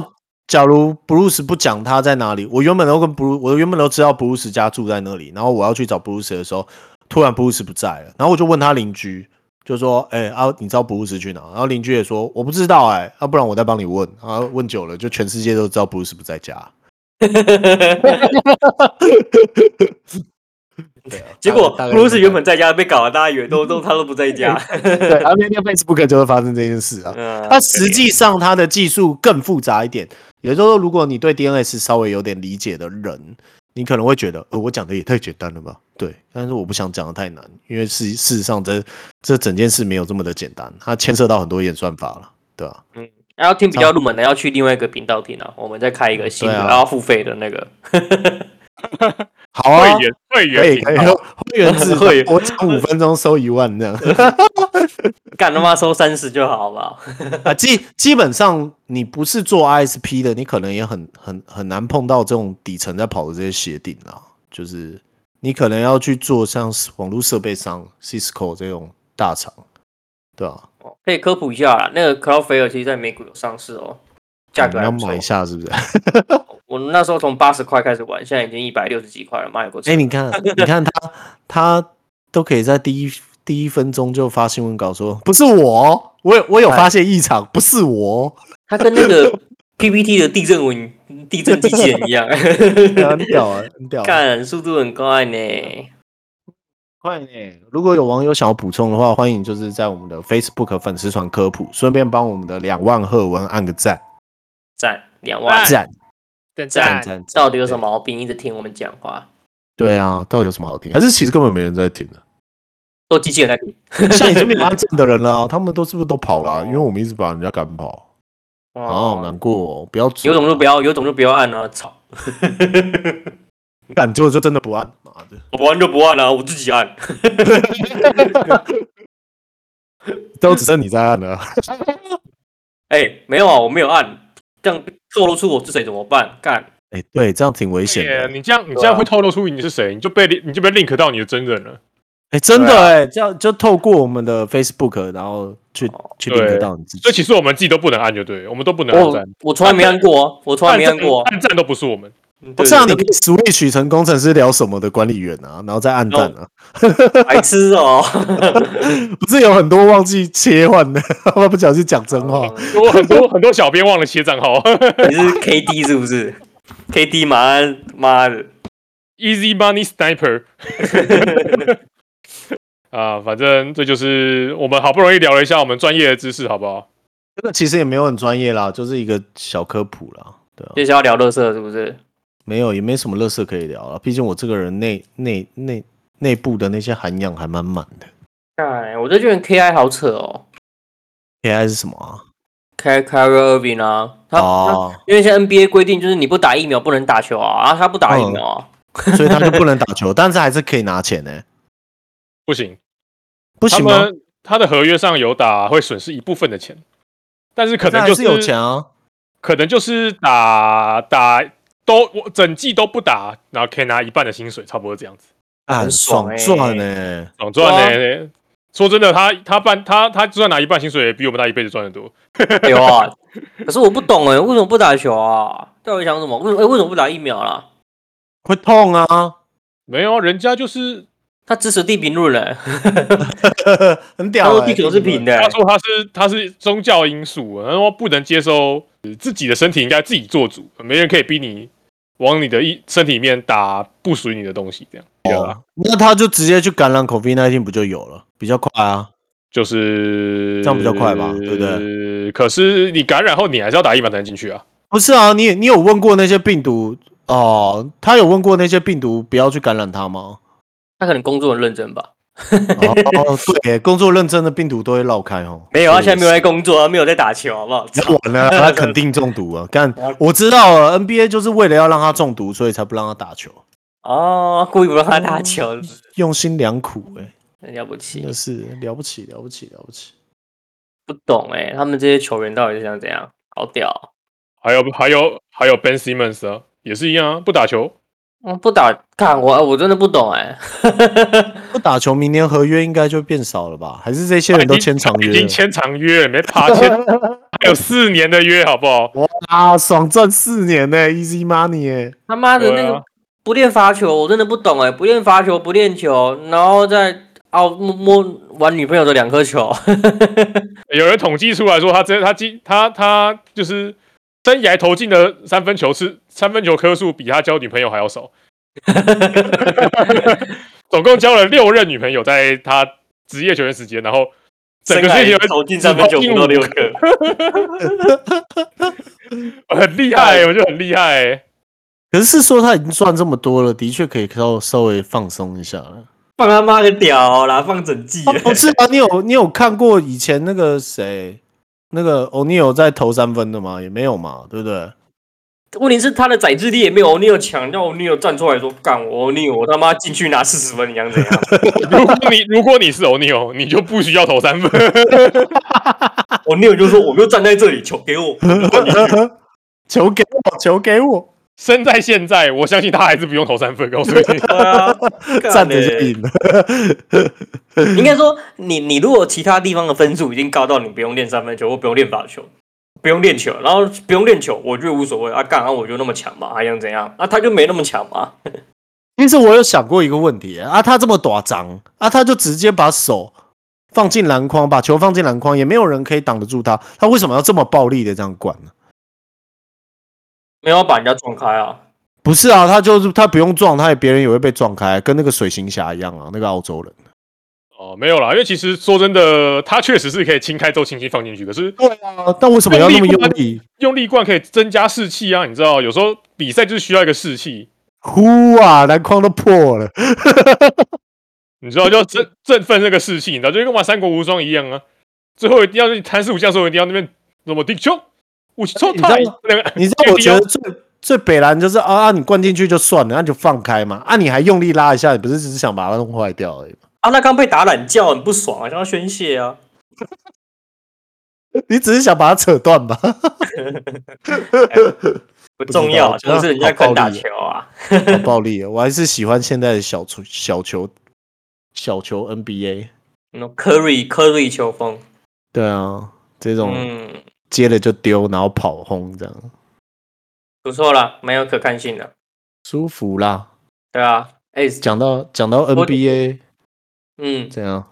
Speaker 4: 假如布鲁斯不讲他在哪里，我原本都跟布鲁，我原本都知道布鲁斯家住在那里，然后我要去找布鲁斯的时候，突然布鲁斯不在了，然后我就问他邻居，就说：“哎、啊，你知道布鲁斯去哪？”然后邻居也说：“我不知道、哎，要、不然我再帮你问。”然后问久了，就全世界都知道布鲁斯不在 家。对啊
Speaker 1: 结果
Speaker 4: 大概大概
Speaker 1: b r u
Speaker 4: 是这
Speaker 1: c 原
Speaker 4: 样
Speaker 1: 本在家被搞了，大家以为都 都他都不在家。
Speaker 4: 对，然后那天 Facebook 就会发生这件事啊。
Speaker 1: 嗯，
Speaker 4: 它实际上它的技术更复杂一点，也就是说，如果你对 DNS 稍微有点理解的人，你可能会觉得，呃，我讲的也太简单了吧？对，但是我不想讲的太难，因为事事实上这这整件事没有这么的简单，它牵涉到很多演算法了，对吧、
Speaker 1: 然后听比较入门的要去另外一个频道听啊，我们再开一个新的，
Speaker 4: 对啊
Speaker 1: 然后付费的那个。
Speaker 4: 好啊
Speaker 3: 会，员会
Speaker 4: 可
Speaker 3: 员
Speaker 4: 以
Speaker 3: 频
Speaker 4: 可以，
Speaker 3: 道，
Speaker 4: 会员制
Speaker 1: 会员
Speaker 4: 我讲五分钟收一万这样。
Speaker 1: 干他妈收三十就好，好不好？
Speaker 4: 啊，基基本上你不是做 ISP 的，你可能也很很很难碰到这种底层在跑的这些协定啦。就是你可能要去做像是网络设备商 Cisco 这种大厂，对吧、
Speaker 1: 可以科普一下啦，那个 Cloudflare 其实在美股有上市哦，价格
Speaker 4: 你
Speaker 1: 还
Speaker 4: 要
Speaker 1: 不
Speaker 4: 买一
Speaker 1: 错。
Speaker 4: 下是不是？ 哎、
Speaker 1: 我那时候从八十块开始玩，现在已经一百六十几块了，妈有够扯！
Speaker 4: 哎你看，你看他他都可以在第一第一分钟就发新闻稿说不是我哦，我有我有发现异常，不是我哦，
Speaker 1: 它跟那个 PPT 的地震文地震机器人一样，
Speaker 4: 对 啊很屌啊，很 屌啊、
Speaker 1: 干速度很快呢。
Speaker 4: 快呢！如果有网友想要补充的话，欢迎就是在我们的 Facebook 粉丝团科普，顺便帮我们的两万赫文按个赞，
Speaker 1: 赞两万，
Speaker 4: 赞
Speaker 2: 等
Speaker 4: 赞
Speaker 2: 赞，
Speaker 4: 赞！
Speaker 1: 到底有什么毛病？一直听我们讲话，
Speaker 4: 对啊，到底有什么好听？还是其实根本没人在听的，
Speaker 1: 都机器人在听。
Speaker 4: 像已经没有按赞的人了、他们都是不是都跑了啊、因为我们一直把人家赶跑，好、难过、哦，不要走
Speaker 1: 有种就不要，有种就不要按啊！操，
Speaker 4: 敢做就真的不按，妈的！
Speaker 1: 我不按就不按啊，我自己按。
Speaker 4: 都只剩你在按了啊，
Speaker 1: 哎、没有啊，我没有按，这样透露出我是谁怎么办？干，
Speaker 4: 哎、对，这样挺危险
Speaker 3: 对耶
Speaker 4: 的。
Speaker 3: 你这样你这样会透露出你是谁，你就被你就被 link 到你的真人了。
Speaker 4: 哎、真的
Speaker 3: 对啊
Speaker 4: 哎、这样就透过我们的 Facebook，然后去去领
Speaker 3: 对
Speaker 4: 得到你自
Speaker 3: 所以
Speaker 4: 己。
Speaker 3: 其实我们自己都不能按，就对了，我们都不能按
Speaker 1: 我
Speaker 3: 赞，
Speaker 1: 我从来没按过哦，我从来没按过哦。
Speaker 3: 按赞都不是我们，
Speaker 4: 我哦这样你可以 switch 成工程师聊什么的管理员啊，然后再按赞啊。
Speaker 1: 对白痴哦！
Speaker 4: 不是有很多忘记切换的， 他们不小心讲真
Speaker 1: 哦
Speaker 4: 话。
Speaker 3: 我很多很多小编忘了切账号
Speaker 1: 你是 KD 是不是？KD 马上妈的，
Speaker 3: ，Easy Money Sniper 啊，反正这就是我们好不容易聊了一下我们专业的知识，好不好？
Speaker 4: 这个其实也没有很专业啦，就是一个小科普啦，对啊，
Speaker 1: 接下来要聊乐色是不是？
Speaker 4: 没有也没什么乐色可以聊了。毕竟我这个人内内内内部的那些涵养还蛮满的。
Speaker 1: 哎，我就觉得 KI 好扯哦
Speaker 4: AI 是什么啊？
Speaker 1: ，KI Kyrie Irving 啊，他他
Speaker 4: 哦，
Speaker 1: 因为现在 NBA 规定就是你不打疫苗不能打球啊，啊他不打疫苗啊，
Speaker 4: 所以他就不能打球，但是还是可以拿钱呢、
Speaker 3: 不行，
Speaker 4: 不
Speaker 3: 他
Speaker 4: 行哦吗？
Speaker 3: 们他的合约上有打会损失一部分的钱，但是可
Speaker 4: 那
Speaker 3: 能
Speaker 4: 还
Speaker 3: 就是
Speaker 4: 有钱啊。
Speaker 3: 可能就是打打都我整季都不打，然后可以拿一半的薪水，差不多这样子，
Speaker 4: 啊，
Speaker 1: 很
Speaker 4: 很
Speaker 1: 爽
Speaker 4: 爽
Speaker 1: 欸
Speaker 4: 赚呢、
Speaker 3: 爽赚
Speaker 4: 啊
Speaker 3: 呢、说真的，他他半他他就算拿一半薪水，也比我们那一辈子赚的多。
Speaker 1: 有啊，可是我不懂哎、为什么不打球啊？到底想什么？为什么、哎为什么不打疫苗啦、
Speaker 4: 会痛啊！
Speaker 3: 没有啊，人家就是
Speaker 1: 他支持地平论嘞、
Speaker 4: 很
Speaker 1: 他
Speaker 4: 屌、
Speaker 1: 说
Speaker 4: 欸。
Speaker 1: 地球是平的、
Speaker 3: 他说他是他是宗教因素，啊他说不能接受呃自己的身体应该自己做主，没人可以逼你往你的一身体里面打不属于你的东西，这样。对啊
Speaker 4: 哦，那他就直接去感染 COVID-19 不就有了？比较快啊。
Speaker 3: 就是
Speaker 4: 这样比较快吧对不对？
Speaker 3: 可是你感染后，你还是要打疫苗才能进去啊。
Speaker 4: 不是啊，你你有问过那些病毒哦？他有问过那些病毒不要去感染它吗？
Speaker 1: 他可能工作很认真吧？
Speaker 4: 哦， 哦对耶，工作认真的病毒都会绕开哦。
Speaker 1: 没有，他现在没有
Speaker 4: 有。
Speaker 1: 在工作啊，没有在打球，好不好？
Speaker 4: 那完了，他肯定中毒啊！干，我知道啊了，NBA 就是为了要让他中毒，所以才不让他打球，
Speaker 1: 哦，故意不让他打球，
Speaker 4: 用心良苦哎、
Speaker 1: 很了不
Speaker 4: 真
Speaker 1: 起
Speaker 4: 的。是了不起，了不起，了不起！
Speaker 1: 不懂哎、他们这些球员到底是想怎样？好屌哦！
Speaker 3: 还有还有还有 Ben Simmons 啊，也是一样啊，不打球，
Speaker 1: 嗯，不打，看我，我真的不懂哎、
Speaker 4: 不打球，明年合约应该就变少了吧？还是这些人都签长
Speaker 3: 已
Speaker 4: 约
Speaker 3: 经
Speaker 4: 了？
Speaker 3: 签长约了，没爬签，还有四年的约，好不好？
Speaker 4: 哇，啊爽赚四年呢、e a s y money 哎、
Speaker 1: 他妈的那
Speaker 3: 对
Speaker 1: 个
Speaker 3: 啊
Speaker 1: 不练罚球，我真的不懂哎、不练罚球，不练球，然后再哦摸摸玩女朋友的两颗球，
Speaker 3: 有人统计出来说，他这他今他他就是生涯投进的三分球是三分球颗数比他交女朋友还要少，总共交了六任女朋友，在他职业球员时间，然后整个职业球员
Speaker 1: 投进三分球
Speaker 3: 只投进
Speaker 1: 五到
Speaker 3: 五
Speaker 1: 六个，
Speaker 3: 很厉害、我觉得很厉害、
Speaker 4: 可是是说他已经赚这么多了，的确可以稍稍微放松一下了。
Speaker 1: 放他妈个屌哦啦，放整季
Speaker 4: 啊 不是啊，你有你有看过以前那个谁，那个欧尼尔在投三分的吗？也没有嘛，对不对？
Speaker 1: 问题是他的宰制力也没有欧尼尔强，让欧尼尔站出来说干我欧尼尔，我他妈进去拿四十分，你想怎 样？
Speaker 3: 如果你如果你是欧尼尔，你就不需要投三分。
Speaker 1: 欧尼尔就说我就站在这里，球给 我，
Speaker 4: 球给 我，球给我，
Speaker 3: 身在现在，我相信他还是不用投三分。告诉你，
Speaker 1: 对啊，
Speaker 4: 站着就赢了。
Speaker 1: 应该说，你你如果其他地方的分数已经高到你不用练三分球或不用练罚球，不用练球，然后不用练球，我觉得无所谓啊，干啊我就那么强嘛，还想怎样？啊他就没那么强嘛，
Speaker 4: 其实我有想过一个问题啊，他这么短张啊，他就直接把手放进篮筐，把球放进篮筐，也没有人可以挡得住他，他为什么要这么暴力的这样灌呢？
Speaker 1: 没有把人家撞开啊。
Speaker 4: 不是啊，他就是他不用撞，他也别人也会被撞开，跟那个水行侠一样啊，那个澳洲人。
Speaker 3: 哦，没有啦，因为其实说真的，他确实是可以轻开之后轻轻放进去，可是
Speaker 4: 对啊，但为什么要那么用
Speaker 3: 用
Speaker 4: 力？
Speaker 3: 用力灌可以增加士气啊，你知道，有时候比赛就是需要一个士气，
Speaker 4: 呼啊，篮筐都破了。
Speaker 3: 你知 道，就要振振奋那个士气，你知道，就跟玩三国无双一样啊。最后一定要弹十五将的时候，一定要那边怎么地球，我操
Speaker 4: 你知道
Speaker 3: 他
Speaker 4: 吗
Speaker 3: 那个，
Speaker 4: 你知道，我觉得最最北蓝就是啊，啊你灌进去就算了，那、你就放开嘛。啊，你还用力拉一下，你不是只是想把它弄坏掉而已吗？
Speaker 1: 啊，那刚被打懒觉，很不爽啊，想要宣泄啊。
Speaker 4: 你只是想把它扯断 吧？
Speaker 1: 不重要，
Speaker 4: 不知道
Speaker 1: 就是人家肯打球啊。
Speaker 4: 好暴力哦！我还是喜欢现在的小球小球小球 NBA。
Speaker 1: 那种 Curry Curry 嗯球风，
Speaker 4: 对啊，这种
Speaker 1: 嗯，
Speaker 4: 接了就丢，然后跑轰这样
Speaker 1: 不错啦，蛮有可看性的，
Speaker 4: 舒服啦。
Speaker 1: 对啊。哎、
Speaker 4: 讲到讲到 NBA
Speaker 1: 嗯，
Speaker 4: 怎样？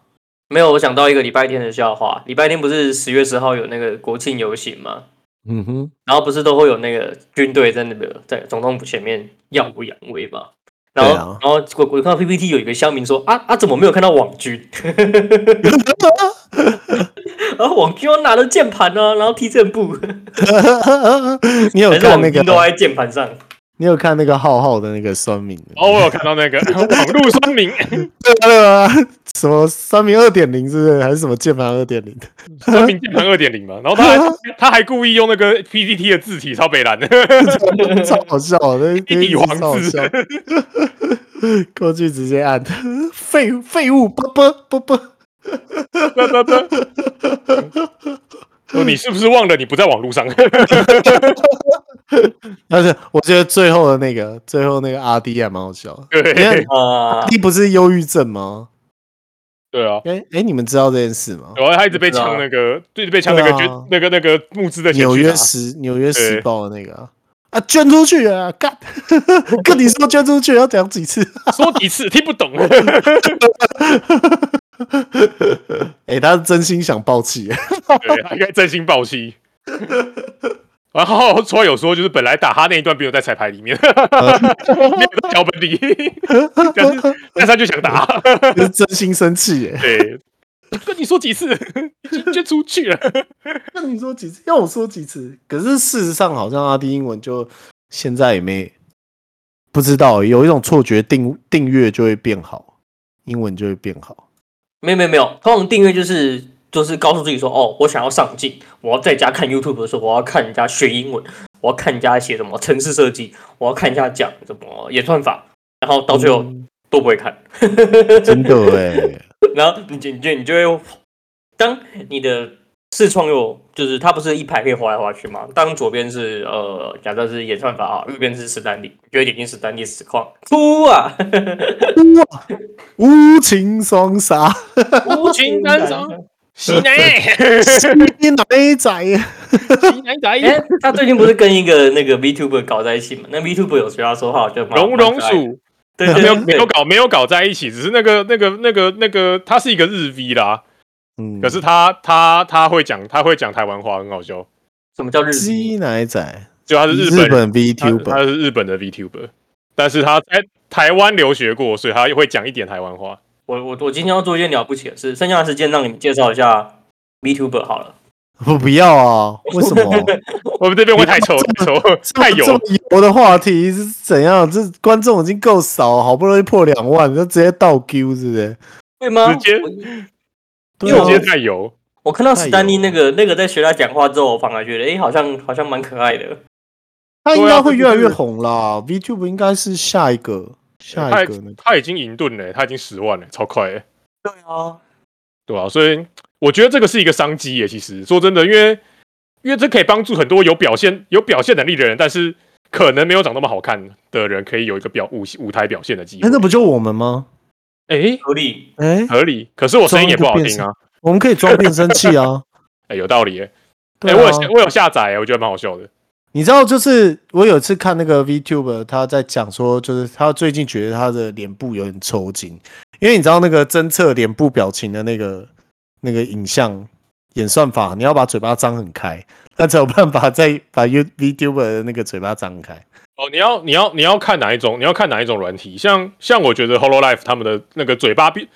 Speaker 1: 没有，我想到一个礼拜天的笑话。礼拜天不是十月十号有那个国庆游行吗？
Speaker 4: 嗯哼，
Speaker 1: 然后不是都会有那个军队在那个在总统府前面耀武扬威嘛？然后，
Speaker 4: 对啊
Speaker 1: 然后我我看到 PPT 有一个乡民说啊啊，怎么没有看到网军？ 然后网军又拿着键盘呢、然后踢正步，
Speaker 4: 你有
Speaker 1: 还是
Speaker 4: 看
Speaker 1: 网
Speaker 4: 那
Speaker 1: 军都
Speaker 4: 个？
Speaker 1: 在键盘上？
Speaker 4: 你有看那个浩浩的那个酸民？
Speaker 3: 哦，我有看到那 个网络声明，
Speaker 4: 对啊，什么三明二点零是不是？还是什么键盘二点 零？
Speaker 3: 声明键盘二点零嘛，然后 他还他还故意用那个 PPT 的字体超北蓝的，
Speaker 4: 超好笑的，那
Speaker 3: 一笔
Speaker 4: 那
Speaker 3: 黄
Speaker 4: 超好
Speaker 3: 字
Speaker 4: 笑。过去直接按废物废物，啵啵啵啵。
Speaker 3: 说你是不是忘了你不在网 络上？
Speaker 4: 但是我觉得最后的那个，最后那个阿弟还蛮好笑的。因为
Speaker 3: 对
Speaker 1: 啊、
Speaker 4: 阿弟不是忧郁症吗？
Speaker 3: 对啊，
Speaker 4: 哎、哎、你们知道这件事吗？
Speaker 3: 然后他一直被呛那个，一直被呛那个
Speaker 4: 对
Speaker 3: 捐
Speaker 4: 啊
Speaker 3: 那个那个募资的钱去
Speaker 4: 纽
Speaker 3: 拿
Speaker 4: 约时纽约时
Speaker 3: 对
Speaker 4: 报的那个啊，啊捐出去啊， 干，跟你说捐出去要讲几次？
Speaker 3: 说几次听不懂，
Speaker 4: 哎、他是真心想爆 气。
Speaker 3: 对，他应该真心爆气。然后说有说，就是本来打他那一段没有在彩排里面，没有在脚本里，但是但是他就想打，
Speaker 4: 就是真心生气耶！
Speaker 3: 对，跟你说几次，已经捐出去了，
Speaker 4: 那你说几次？要我说几次？可是事实上，好像阿弟英文就现在也没不知道，有一种错觉订订阅就会变好，英文就会变好。
Speaker 1: 没有没有没有，通常订阅就是就是告诉自己说，哦，我想要上进，我要在家看 YouTube 的时候，我要看人家学英文，我要看人家写什么城市设计，我要看人家讲什么演算法，然后到最后都不会看，
Speaker 4: 真的 哎，
Speaker 1: 然后你就你就你就会，当你的视窗有就是它不是一排可以滑来滑去嘛，当左边是呃假设是演算法啊，右边是史丹利，你就会点进史丹利实况，哭啊，
Speaker 4: 无情双 杀，
Speaker 1: 无情难
Speaker 3: 喜奶，
Speaker 4: 你奶仔！
Speaker 3: 奇难杂音
Speaker 1: 哎、他最近不是跟一个那个 VTuber 搞在一起嘛？那 VTuber 有谁要说话就
Speaker 3: 绒绒，鼠
Speaker 1: 对
Speaker 3: 没
Speaker 1: 对
Speaker 3: 有
Speaker 1: 对
Speaker 3: 没有搞没有搞在一起，只是那个那个那个那个他是一个日 V 啦，
Speaker 4: 嗯，
Speaker 3: 可是他他他会讲他会讲台湾话，很好笑，
Speaker 1: 什么叫日
Speaker 4: 鸡奶仔，
Speaker 3: 就他是
Speaker 4: 日
Speaker 3: 本人
Speaker 4: 本
Speaker 3: 他
Speaker 4: VTuber，
Speaker 3: 他是日本的 VTuber，但是他在台湾留学过，所以他会讲一点台湾话。
Speaker 1: 我我我今天要做一件了不起的事，剩下的时间让你们介绍一下 VTuber 好了。
Speaker 4: 我不要啊！为什么
Speaker 3: 我们这边会太丑太丑太
Speaker 4: 这
Speaker 3: 油
Speaker 4: 么，油的话题是怎样？这观众已经够少，好不容易破两万，就直接倒 Q 是不是？
Speaker 1: 对吗？
Speaker 3: 直接
Speaker 1: 我
Speaker 4: 对
Speaker 3: 直
Speaker 4: 啊
Speaker 1: 因为
Speaker 3: 接
Speaker 1: 我
Speaker 3: 太油。
Speaker 1: 我看到史丹利那个那个在学他讲话之后，我反而觉得，哎、好像好像蛮可爱的。
Speaker 4: 他应
Speaker 3: 啊
Speaker 4: 该会越来越红啦。VTube 应该是下一个下
Speaker 3: 他
Speaker 4: 一个那个
Speaker 3: 他已经赢盾了，他已经十万了，超快了，
Speaker 1: 对啊，
Speaker 3: 对吧、所以我觉得这个是一个商机耶。其实说真的，因为因为这可以帮助很多有表现有表现能力的人，但是可能没有长那么好看的人，可以有一个表舞舞台表现的机
Speaker 4: 哎，
Speaker 3: 会
Speaker 4: 那。不就我们吗？
Speaker 3: 哎、
Speaker 1: 合理。
Speaker 4: 哎，
Speaker 3: 合理。可是我声音也不好听
Speaker 4: 装
Speaker 3: 啊。
Speaker 4: 我们可以装变声器 啊。
Speaker 3: 哎、有道理耶。哎、
Speaker 4: 对
Speaker 3: 我
Speaker 4: 啊
Speaker 3: 有，下我有下载耶，我觉得蛮好笑的。
Speaker 4: 你知道，就是我有一次看那个 VTuber，他在讲说，就是他最近觉得他的脸部有点抽筋，因为你知道那个侦测脸部表情的那个那个影像演算法，你要把嘴巴张很开，那才有办法再 把 U VTuber 的那个嘴巴张开。
Speaker 3: 哦，你要你要你要看哪一种？你要看哪一种软体？像像我觉得 Hololive 他们的那个嘴巴变，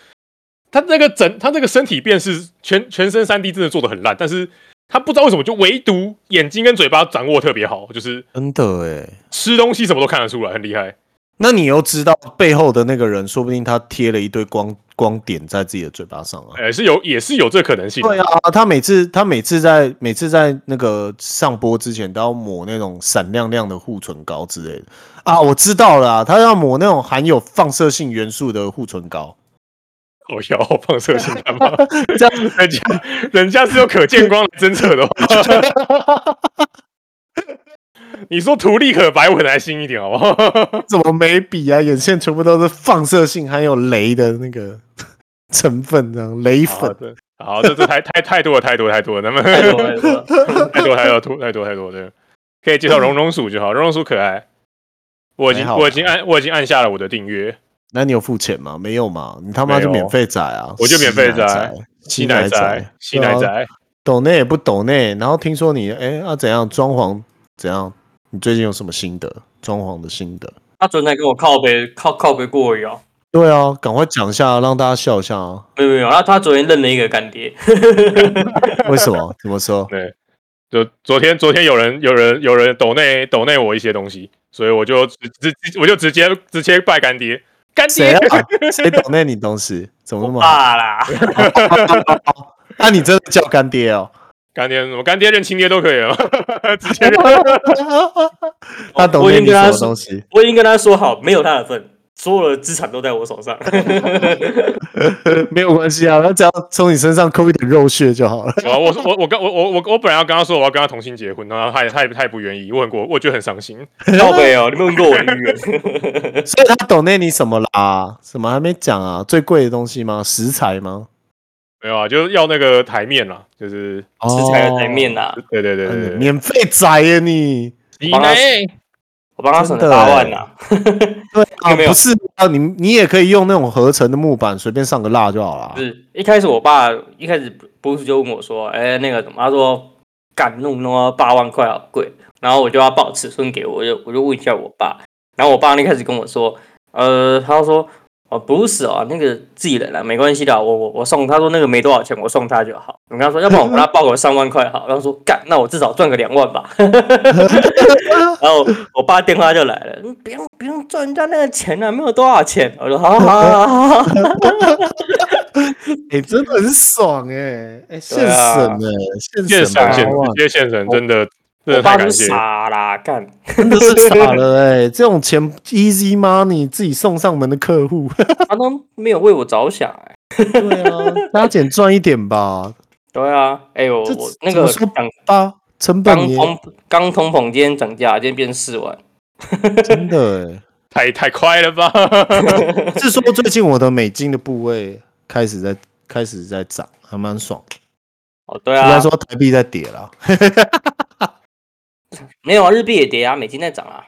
Speaker 3: 他那个整他那个身体变是全全身三 D 真的做的很烂，但是他不知道为什么就唯独眼睛跟嘴巴掌握特别好，就是
Speaker 4: 真的哎，
Speaker 3: 吃东西什么都看得出来，很厉害。
Speaker 4: 那你又知道背后的那个人，说不定他贴了一堆光光点在自己的嘴巴上啊。
Speaker 3: 哎、是有也是有这可能性。
Speaker 4: 对啊，他每次他每次在每次在那个上播之前都要抹那种闪亮亮的护唇膏之类的啊，我知道了啊，他要抹那种含有放射性元素的护唇膏，
Speaker 3: 哦哟，放射性干嘛？
Speaker 4: 这样
Speaker 3: 人家人家是有可见光来侦测的哦。 你说图利可白，我可能还信一点，好不好？
Speaker 4: 怎么眉笔啊、眼线全部都是放射性含有雷的那个 成分，这样雷
Speaker 3: 好
Speaker 4: 粉。
Speaker 3: 的，好，这这太太太多了，太多了太多了， 咱们
Speaker 1: 太多太多了。
Speaker 3: 太多太多太多太多对，可以介绍绒绒鼠就好，绒绒鼠可爱。我已经
Speaker 4: 哎还好
Speaker 3: 我已经按我已经按下了我的订阅，
Speaker 4: 那你有付钱吗？没有嘛，你他妈就
Speaker 3: 没有
Speaker 4: 免费宰啊！
Speaker 3: 我就免费宰
Speaker 4: 宰，
Speaker 3: 西
Speaker 4: 吸
Speaker 3: 奶
Speaker 4: 奶
Speaker 3: 仔，西奶，
Speaker 4: 对啊
Speaker 3: 仔，
Speaker 4: 抖内也不抖内，然后听说你哎啊怎样装潢怎样？你最近有什么心得？装潢的心得？
Speaker 1: 他昨天还跟我靠背靠靠背过而已哦。
Speaker 4: 对啊，赶快讲一下，让大家笑一下啊！
Speaker 1: 没有没有，他他昨天认了一个干爹，
Speaker 4: 为什么？怎么说？
Speaker 3: 对，就昨天昨天有人有人有人抖内抖内我一些东西，所以我就直直直我就直接直接拜干爹，干
Speaker 4: 谁
Speaker 3: 爹
Speaker 4: 啊？ 谁抖内你东西？怎么那么好？
Speaker 1: 爸啦，
Speaker 4: 那、你真的叫干爹 哦？
Speaker 3: 干爹什么干爹认亲爹都可以啊，直接认。
Speaker 4: 他抖内你
Speaker 1: 我已经跟
Speaker 4: 什
Speaker 1: 他
Speaker 4: 么
Speaker 1: 说
Speaker 4: 东西？
Speaker 1: 我已经跟他说好，没有他的份，所有的资产都在我手上。
Speaker 4: 没有关系啊，他只要从你身上抠一点肉屑就好了。
Speaker 3: 我哦我我我跟我我我我本来要跟他说我要跟他同性结婚，然后他也他也他也不愿意，我很我我觉得很伤心。
Speaker 1: 靠背哦，你没有问过我的意愿。
Speaker 4: 所以他抖内你什么啦？什么还没讲啊？最贵的东西吗？食材吗？
Speaker 3: 没有啊，就是要那个台面啦，就是
Speaker 1: 食材的台面呐、啊
Speaker 3: 对对对
Speaker 4: 哦，
Speaker 3: 对对，
Speaker 4: 免费宰耶你！
Speaker 3: 你
Speaker 1: 帮他我帮他省了八万啊呐、
Speaker 4: 对啊，
Speaker 1: 有没有
Speaker 4: 不是啊，你你也可以用那种合成的木板，随便上个蜡就好了啊。
Speaker 1: 是一开始我爸一开始博主就问我说：“哎、那个什么？”他说：“敢弄弄到八万块，好贵。”然后我就要报尺寸给我，我就我就问一下我爸。然后我爸那开始跟我说：“呃，他说哦，不是哦，那个自己人啦、没关系的，我我我送。”他说：“那个没多少钱，我送他就好。”我跟他说：“要不然我跟他报个三万块好。”然后说：“干，那我至少赚个两万吧。” 然后我爸电话就来了：“嗯不用不用赚人家那个钱啊，没有多少钱。”我说：“好好好好好好。”
Speaker 4: 哎、真的很爽哎、欸，哎、现
Speaker 1: 对啊
Speaker 4: 省哎、
Speaker 3: 现
Speaker 4: 现省
Speaker 3: 省
Speaker 4: 八
Speaker 3: 现
Speaker 4: 万
Speaker 3: 直接现省，真的真
Speaker 1: 我
Speaker 3: 的太
Speaker 1: 爸
Speaker 3: 感
Speaker 1: 是
Speaker 3: 谢。
Speaker 1: 傻啦，干，
Speaker 4: 真的是傻了哎、这种钱 easy money 自己送上门的客户，
Speaker 1: 他都没有为我着想、欸。
Speaker 4: 对啊，大家减赚一点吧，
Speaker 1: 对啊，哎、呦，
Speaker 4: 这
Speaker 1: 我那
Speaker 4: 怎么
Speaker 1: 个
Speaker 4: 说
Speaker 1: 讲
Speaker 4: 八成本
Speaker 1: 刚
Speaker 4: 也
Speaker 1: 通刚通膨，今天涨价，今天变四万，
Speaker 4: 真的哎、
Speaker 3: 太太快了吧？
Speaker 4: 是说最近我的美金的部位开始在开始在涨，还蛮爽。
Speaker 1: 哦，对
Speaker 4: 应该
Speaker 1: 啊，
Speaker 4: 说台币在跌啦，
Speaker 1: 没有啊，日币也跌啊，美金在涨啊，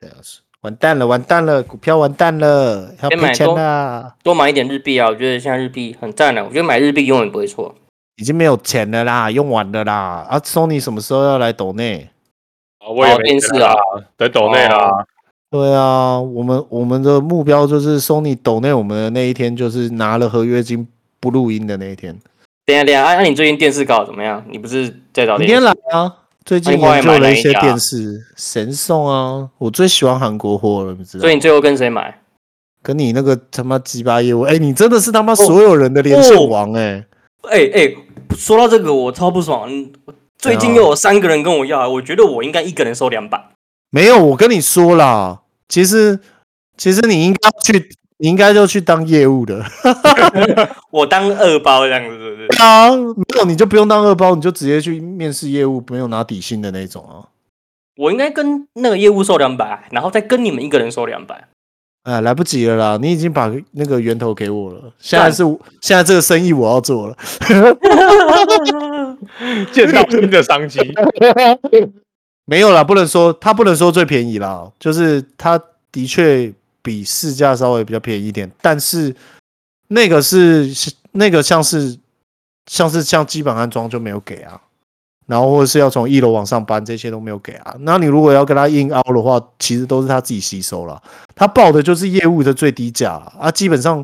Speaker 4: 对啊，是完蛋了，完蛋了，股票完蛋了，要
Speaker 1: 先买
Speaker 4: 赔钱
Speaker 1: 多
Speaker 4: 啦，
Speaker 1: 多买一点日币啊，我觉得现在日币很赞啊，我觉得买日币永远不会错。
Speaker 4: 已经没有钱了啦，用完了啦。啊，Sony 什么时候要来抖内？
Speaker 3: 啊，我也
Speaker 1: 哦
Speaker 3: 没
Speaker 1: 电
Speaker 3: 钱
Speaker 1: 视啊哦
Speaker 3: 啦，等抖内啦，
Speaker 4: 对啊，我们我们的目标就是 Sony 抖内我们的那一天，就是拿了合约金不录音的那一天。
Speaker 1: 等一下等一下，哎、那你最近电视搞得怎么样？你不是在找
Speaker 4: 明天
Speaker 1: 电视？
Speaker 4: 来啊！最近
Speaker 1: 那你后来
Speaker 4: 研究
Speaker 1: 买哪
Speaker 4: 了
Speaker 1: 一
Speaker 4: 一些
Speaker 1: 家
Speaker 4: 电视，神送啊！我最喜欢韩国货了，你知道
Speaker 1: 所
Speaker 4: 吗？
Speaker 1: 以你最后跟谁买？
Speaker 4: 跟你那个他妈鸡巴业务，哎、你真的是他妈所有人的连
Speaker 1: 哦
Speaker 4: 线王哎、
Speaker 1: 哎、哎、说到这个我超不爽，嗯最
Speaker 4: 啊
Speaker 1: 近又有三个人跟我要，我觉得我应该一个人收两百。
Speaker 4: 没有，我跟你说啦，其实其实你应该去，你应该就去当业务的。
Speaker 1: 我当二包这样子，是不是？
Speaker 4: 对啊，没有你就不用当二包，你就直接去面试业务，没有拿底薪的那种啊。
Speaker 1: 我应该跟那个业务收两百，然后再跟你们一个人收两百。
Speaker 4: 哎，来不及了啦！你已经把那个源头给我了，现在是我现在这个生意我要做了。
Speaker 3: 见到新的商机。
Speaker 4: 没有啦，不能说他不能说最便宜啦，就是他的确比市价稍微比较便宜一点，但是那个是是那个像是像是像基本安装就没有给啊，然后或者是要从一楼往上搬这些都没有给啊。那你如果要跟他硬凹的话，其实都是他自己吸收了，他报的就是业务的最低价啦啊，基本上。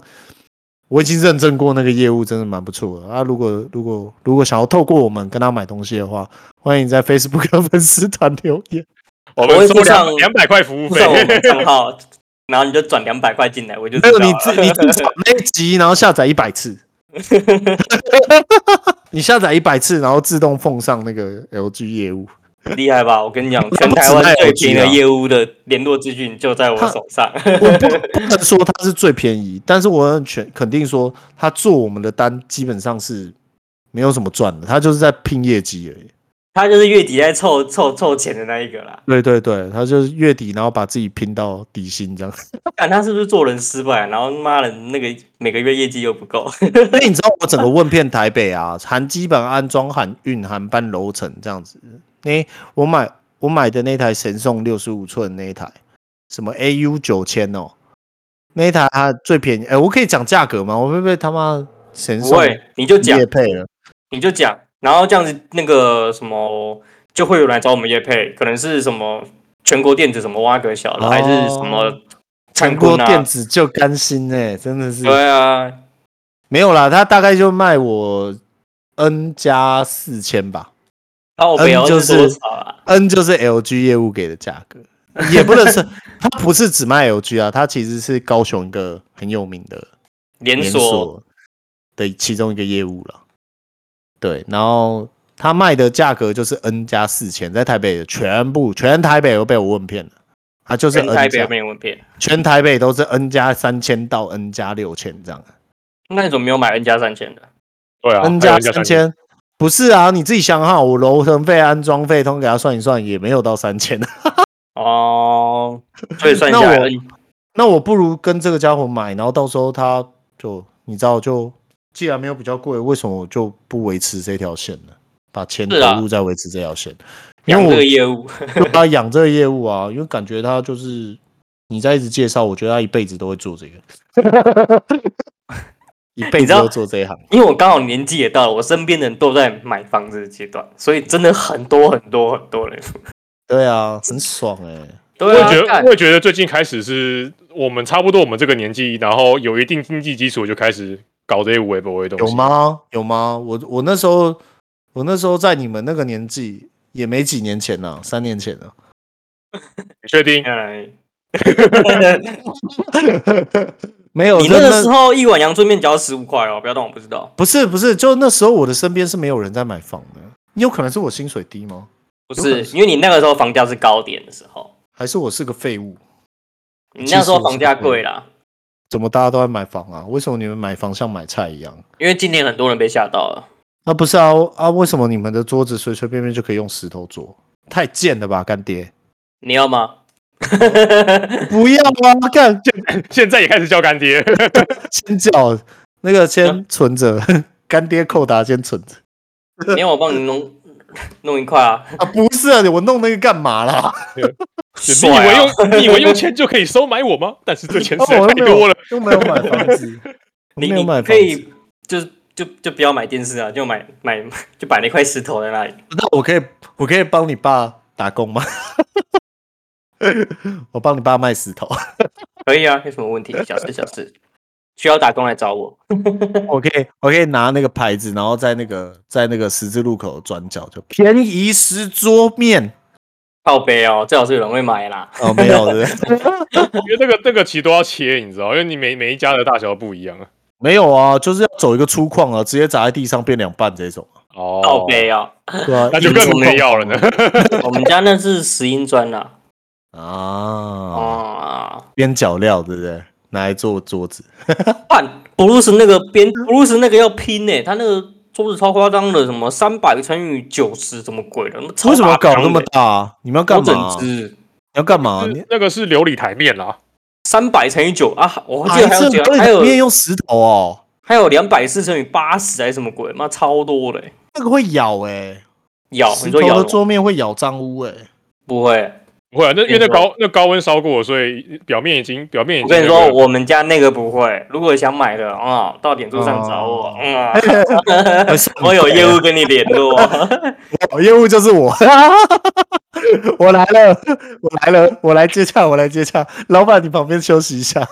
Speaker 4: 我已经认证过那个业务，真的蛮不错的啊！如果如果如果想要透过我们跟他买东西的话，欢迎在 Facebook 粉丝团留 言。
Speaker 3: 我
Speaker 1: 我会
Speaker 3: 们收
Speaker 1: 附上
Speaker 3: 两两百块服务
Speaker 1: 不
Speaker 3: 费
Speaker 1: 上，我们账号，然后你就转两百块进来，我就
Speaker 4: 还
Speaker 1: 知
Speaker 4: 有
Speaker 1: 道啊
Speaker 4: 你
Speaker 1: 了
Speaker 4: 自你至少那一集，然后下载一百 次，你下载一百次，然后自动奉上那个 LG 业务。
Speaker 1: 厉害吧？我跟你讲，
Speaker 4: 那
Speaker 1: 全
Speaker 4: 不止
Speaker 1: 台湾
Speaker 4: 卖
Speaker 1: 最
Speaker 4: LG
Speaker 1: 便宜的
Speaker 4: 啊
Speaker 1: 业务的联络资讯就在我
Speaker 4: 他
Speaker 1: 手上。
Speaker 4: 我不不能说它是最便宜，但是我很全肯定说，他做我们的单基本上是没有什么赚的，他就是在拼业绩而已。
Speaker 1: 他就是月底在凑凑凑钱的那一个啦。
Speaker 4: 对对对，他就是月底，然后把自己拼到底薪这样。
Speaker 1: 看他是不是做人失败，然后妈的那个每个月业绩又不够。
Speaker 4: 那你知道我整个问遍台北啊，含基本安装、含运、含搬楼层这样子。那、我买我买的那台神送六十五寸那一台，什么 AU 九千哦，那一台它最便宜。哎、我可以讲价格吗？我会不会他妈神
Speaker 1: 不
Speaker 4: 送
Speaker 1: 会，你就讲
Speaker 4: 业，配了？
Speaker 1: 你就讲，然后这样子那个什么，就会有人来找我们业配，可能是什么全国电子什么挖个小的，
Speaker 4: 哦
Speaker 1: 还是什么灿
Speaker 4: 韩国
Speaker 1: 坤啊？
Speaker 4: 电子就甘心哎、真的是
Speaker 1: 对啊，
Speaker 4: 没有啦，他大概就卖我 N 加四千吧。
Speaker 1: 然后我朋友
Speaker 4: 嗯就是是
Speaker 1: 多少啊？
Speaker 4: N 就是 LG 业务给的价格，也不能是它不是只卖 LG 啊，它其实是高雄一个很有名的
Speaker 1: 连
Speaker 4: 连
Speaker 1: 锁
Speaker 4: 锁的其中一个业务了。对，然后它卖的价格就是 N 加四千，在台北的全部全台北都被我问骗了，它就是
Speaker 1: 全
Speaker 4: N
Speaker 1: 台北
Speaker 4: 加
Speaker 1: 有没有问题？
Speaker 4: 全台北都是 N 加三千到 N 加六千这样
Speaker 1: 那你怎么没有买 N 加三千的？
Speaker 3: 对啊
Speaker 4: ，N
Speaker 3: 还
Speaker 4: 加
Speaker 3: 有人家
Speaker 4: 三
Speaker 3: 三，
Speaker 4: 千。不是啊，你自己想好，我楼层费、安装费，通给他算一算，也没有到三千
Speaker 1: 哦，所以算下来
Speaker 4: 那我
Speaker 1: N
Speaker 4: 那我不如跟这个家伙买，然后到时候他就你知道就，既然没有比较贵，为什么我就不维持这条线呢？把钱
Speaker 1: 是啊
Speaker 4: 投入再维持这条线，因
Speaker 1: 养这个
Speaker 4: 为
Speaker 1: 业务，
Speaker 4: 我就他养这个业务啊，因为感觉他就是你在一直介绍，我觉得他一辈子都会做这个， 一辈
Speaker 1: 你
Speaker 4: 子
Speaker 1: 知道
Speaker 4: 都做这一行。
Speaker 1: 因为我刚好年纪也到了，我身边的人都在买房子的阶段，所以真的很多很多很多人。
Speaker 4: 对啊，很爽哎、
Speaker 3: 我
Speaker 1: 对
Speaker 3: 也
Speaker 1: 啊，
Speaker 3: 觉得，
Speaker 1: 干
Speaker 3: 我也觉得最近开始是我们差不多我们这个年纪，然后有一定经济基础就开始搞这些无微不微的东
Speaker 4: 有
Speaker 3: 西。？
Speaker 4: 吗？有吗？我我那时候我那时候在你们那个年纪，也没几年前了、三年 前了、啊
Speaker 3: 你确定？
Speaker 1: 哎
Speaker 4: 没有。
Speaker 1: 你
Speaker 4: 就
Speaker 1: 那个时候一碗阳春面只要十五块哦，不要当我不知道。
Speaker 4: 不是不是，就那时候我的身边是没有人在买房的。你有可能是我薪水低吗？
Speaker 1: 不
Speaker 4: 有可
Speaker 1: 是
Speaker 4: 能，是
Speaker 1: 因为你那个时候房价是高点的时候，
Speaker 4: 还是我是个废物？
Speaker 1: 你那时
Speaker 4: 哎其实
Speaker 1: 候
Speaker 4: 我
Speaker 1: 房
Speaker 4: 是
Speaker 1: 价贵啦，
Speaker 4: 怎么大家都在买房啊？为什么你们买房像买菜一样？
Speaker 1: 因为今年很多人被吓到了。
Speaker 4: 啊，不是啊啊！为什么你们的桌子随随便便就可以用石头做？太贱了吧，干爹！
Speaker 1: 你 要吗？
Speaker 4: 不要啊，干
Speaker 3: 现在也开始叫干 爹，
Speaker 4: 先叫 那个先存着，干爹扣打先存着。
Speaker 1: 你要我帮你弄弄一块啊，
Speaker 4: 啊，不是啊，我弄那个干嘛啦？
Speaker 3: 你以
Speaker 1: 帅
Speaker 3: 为
Speaker 1: 啊！
Speaker 3: 用你以为用钱就可以收买我吗？但是这钱实在
Speaker 4: 哦
Speaker 3: 太多了，，
Speaker 4: 又没有又没有买房子，
Speaker 1: 你
Speaker 4: 没有
Speaker 1: 你
Speaker 4: 买
Speaker 1: 可
Speaker 4: 房子
Speaker 1: 以就是就就不要买电视啊，就买买就摆那块石头在那里。
Speaker 4: 那我可以我可以帮你爸打工吗？ 我帮你爸卖石头，
Speaker 1: 可以啊，有什么问题？小事小事，需要打工来找我。
Speaker 4: 我可以我可以拿那个牌子，然后在那个在那个十字路口的转角就便宜石桌面
Speaker 1: 靠背哦，最好是有人会买啦。
Speaker 4: 哦，没有的，
Speaker 3: 我觉得那个那个棋都要切，你知道，因为你每每一家的大小不一样啊。
Speaker 4: 没有啊，就是要走一个粗犷啊，直接砸在地上变两半这种，
Speaker 3: 哦
Speaker 1: 靠背哦，
Speaker 4: 对啊，
Speaker 3: 那就更没要了呢。
Speaker 1: 我们家那是石英砖啦。
Speaker 4: 啊，
Speaker 1: 哦，
Speaker 4: 边角料对不对？拿来做桌子，
Speaker 1: 看布鲁斯那个边，布鲁斯那个要拼呢、他那个桌子超夸张的，什么三百乘以九十，什么鬼的？那超
Speaker 4: 为什么要
Speaker 1: 大
Speaker 4: 搞
Speaker 1: 张
Speaker 4: 那么
Speaker 1: 的
Speaker 4: 大啊？你们要
Speaker 1: 我
Speaker 4: 干嘛啊？
Speaker 1: 整只
Speaker 4: 你要干 嘛？啊哦你
Speaker 3: 是那个是琉璃台面啦，
Speaker 1: 三百乘以九啊！我记得还有几
Speaker 4: 这
Speaker 1: 个，还有
Speaker 4: 里面用石头哦，
Speaker 1: 还有两百四乘以八十还是什么鬼？妈超多嘞、
Speaker 4: 那个会咬哎、
Speaker 1: 咬
Speaker 4: 石
Speaker 1: 你
Speaker 4: 头
Speaker 1: 说咬
Speaker 4: 的
Speaker 1: 吗
Speaker 4: 桌面会咬脏污哎、
Speaker 1: 不会？
Speaker 3: 不会啊，那因为那
Speaker 1: 没错
Speaker 3: 高那高温烧过，所以表面已经表面已
Speaker 1: 我
Speaker 3: 经。
Speaker 1: 跟你说，，我们家那个不会。如果想买的啊、到点数上找我。
Speaker 4: 哦
Speaker 1: 嗯啊，
Speaker 4: 会 上
Speaker 1: 我有
Speaker 4: 背
Speaker 1: 业务跟你联 络。
Speaker 4: 我哦业务就是我， 我来了，我来了，我来接洽，我来接洽。老板，你旁边休息一下。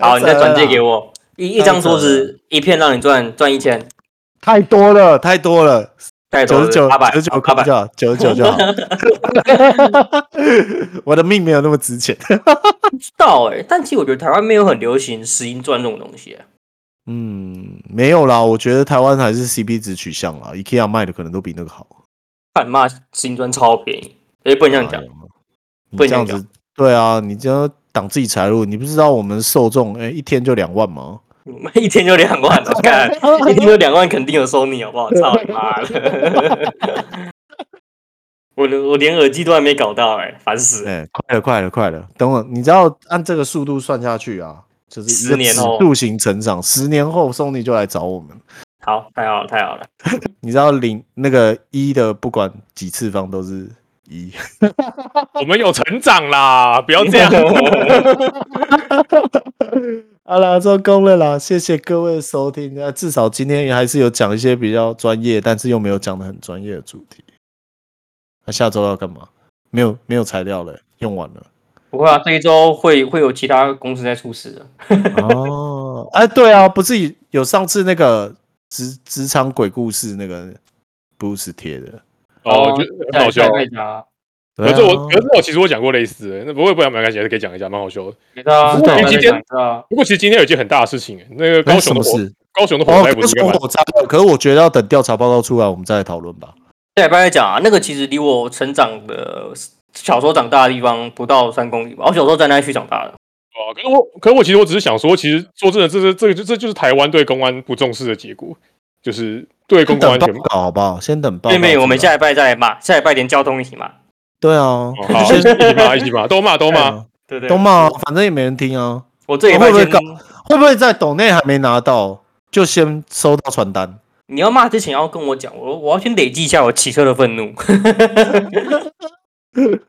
Speaker 1: 好，你再转借给
Speaker 4: 我，
Speaker 1: 我一一张
Speaker 4: 太扯
Speaker 1: 桌子，一片让你赚赚一千，
Speaker 4: 太多了，太多了，
Speaker 1: 太
Speaker 4: 九
Speaker 1: 多了
Speaker 4: 十九，
Speaker 1: 八百
Speaker 4: 九十九
Speaker 1: 八
Speaker 4: 块
Speaker 1: 百
Speaker 4: 就。好，九十九就好。 我的命没有那么值钱。
Speaker 1: 知道哎、但其实我觉得台湾没有很流行石英砖这种东西、欸。
Speaker 4: 嗯，没有啦，我觉得台湾还是 CP 值取向啦，IKEA 卖的可能都比那个好。
Speaker 1: 看妈，石英砖超便宜，哎、不能这样讲
Speaker 4: 哎。呀
Speaker 1: 不
Speaker 4: 你这样
Speaker 1: 能这样
Speaker 4: 子，对啊，你这样挡自己财路，你不知道我们受众哎、一天就两万吗？
Speaker 1: 你们一天就两 万了，看一天就两万，肯定有收你好不好？操你妈的！我连我连耳机都还没搞到哎、烦死了！
Speaker 4: 哎、快了，快了，快了！等会，你只要按这个速度算下去啊，就是一
Speaker 1: 十
Speaker 4: 个
Speaker 1: 年
Speaker 4: 指
Speaker 1: 后
Speaker 4: 数型成长，十年后 Sony 就来找我们。
Speaker 1: 好，太好了，太好了！
Speaker 4: 你知道零那个一的不管几次方都是一，
Speaker 3: 我们有成长啦，
Speaker 4: 哦
Speaker 3: 不要这样。
Speaker 4: 好啦，做够了啦，谢谢各位的收听。那至少今天也还是有讲一些比较专业，但是又没有讲的很专业的主题。那、下周要干嘛？没有没有材料了，用完了。
Speaker 1: 不会啊，这一周会会有其他公司在出事的。
Speaker 4: 哦， 哎，对啊，不是有上次那个职职场鬼故事那个 Bruce 贴的，
Speaker 3: 哦，我觉得很好笑。
Speaker 1: 一家，
Speaker 3: 可是
Speaker 4: 对啊
Speaker 3: 我，可是我其实我讲过类似的，那不会不会没关系，还是可以讲一下，蛮好笑的。
Speaker 1: 知道
Speaker 4: 啊不知道
Speaker 1: 大家
Speaker 3: 今
Speaker 1: 在讲啊
Speaker 3: 天
Speaker 1: 知道
Speaker 3: 不过其实今天有一件很大的事情，那个
Speaker 4: 哎
Speaker 3: 高
Speaker 4: 什
Speaker 3: 雄的
Speaker 4: 么
Speaker 3: 火
Speaker 4: 事？
Speaker 3: 高雄的火
Speaker 4: 哦，
Speaker 3: 灾不
Speaker 4: 高雄
Speaker 3: 是应该蛮
Speaker 4: 火灾了，可是我觉得要等调查报告出来，我们再来讨论吧。
Speaker 1: 下礼拜再讲啊。那个其实离我成长的小时候长大的地方不到三公里吧。我小时候在那区长大的。
Speaker 3: 哦，可是我，可是我其实我只是想说，其实说真的，这是这个就这就是台湾对公安不重视的结果，就是对公
Speaker 4: 先
Speaker 3: 共
Speaker 4: 等
Speaker 3: 安
Speaker 4: 报
Speaker 3: 全。
Speaker 4: 告好不好？先等报告
Speaker 1: 对
Speaker 4: 出来。
Speaker 1: 面我们下礼拜再骂，下礼拜连交通一起骂，
Speaker 4: 对啊，
Speaker 3: 哦好，一起 骂，一起骂，都骂，都
Speaker 4: 哎
Speaker 3: 骂。
Speaker 1: 对不对？
Speaker 4: 都骂啊，反正也没人听啊。
Speaker 1: 我这礼拜
Speaker 4: 会不会
Speaker 1: 先
Speaker 4: 搞会不会在抖内还没拿到，就先收到传单？
Speaker 1: 你要骂之前要跟我讲，我我要先累积一下我骑车的愤怒。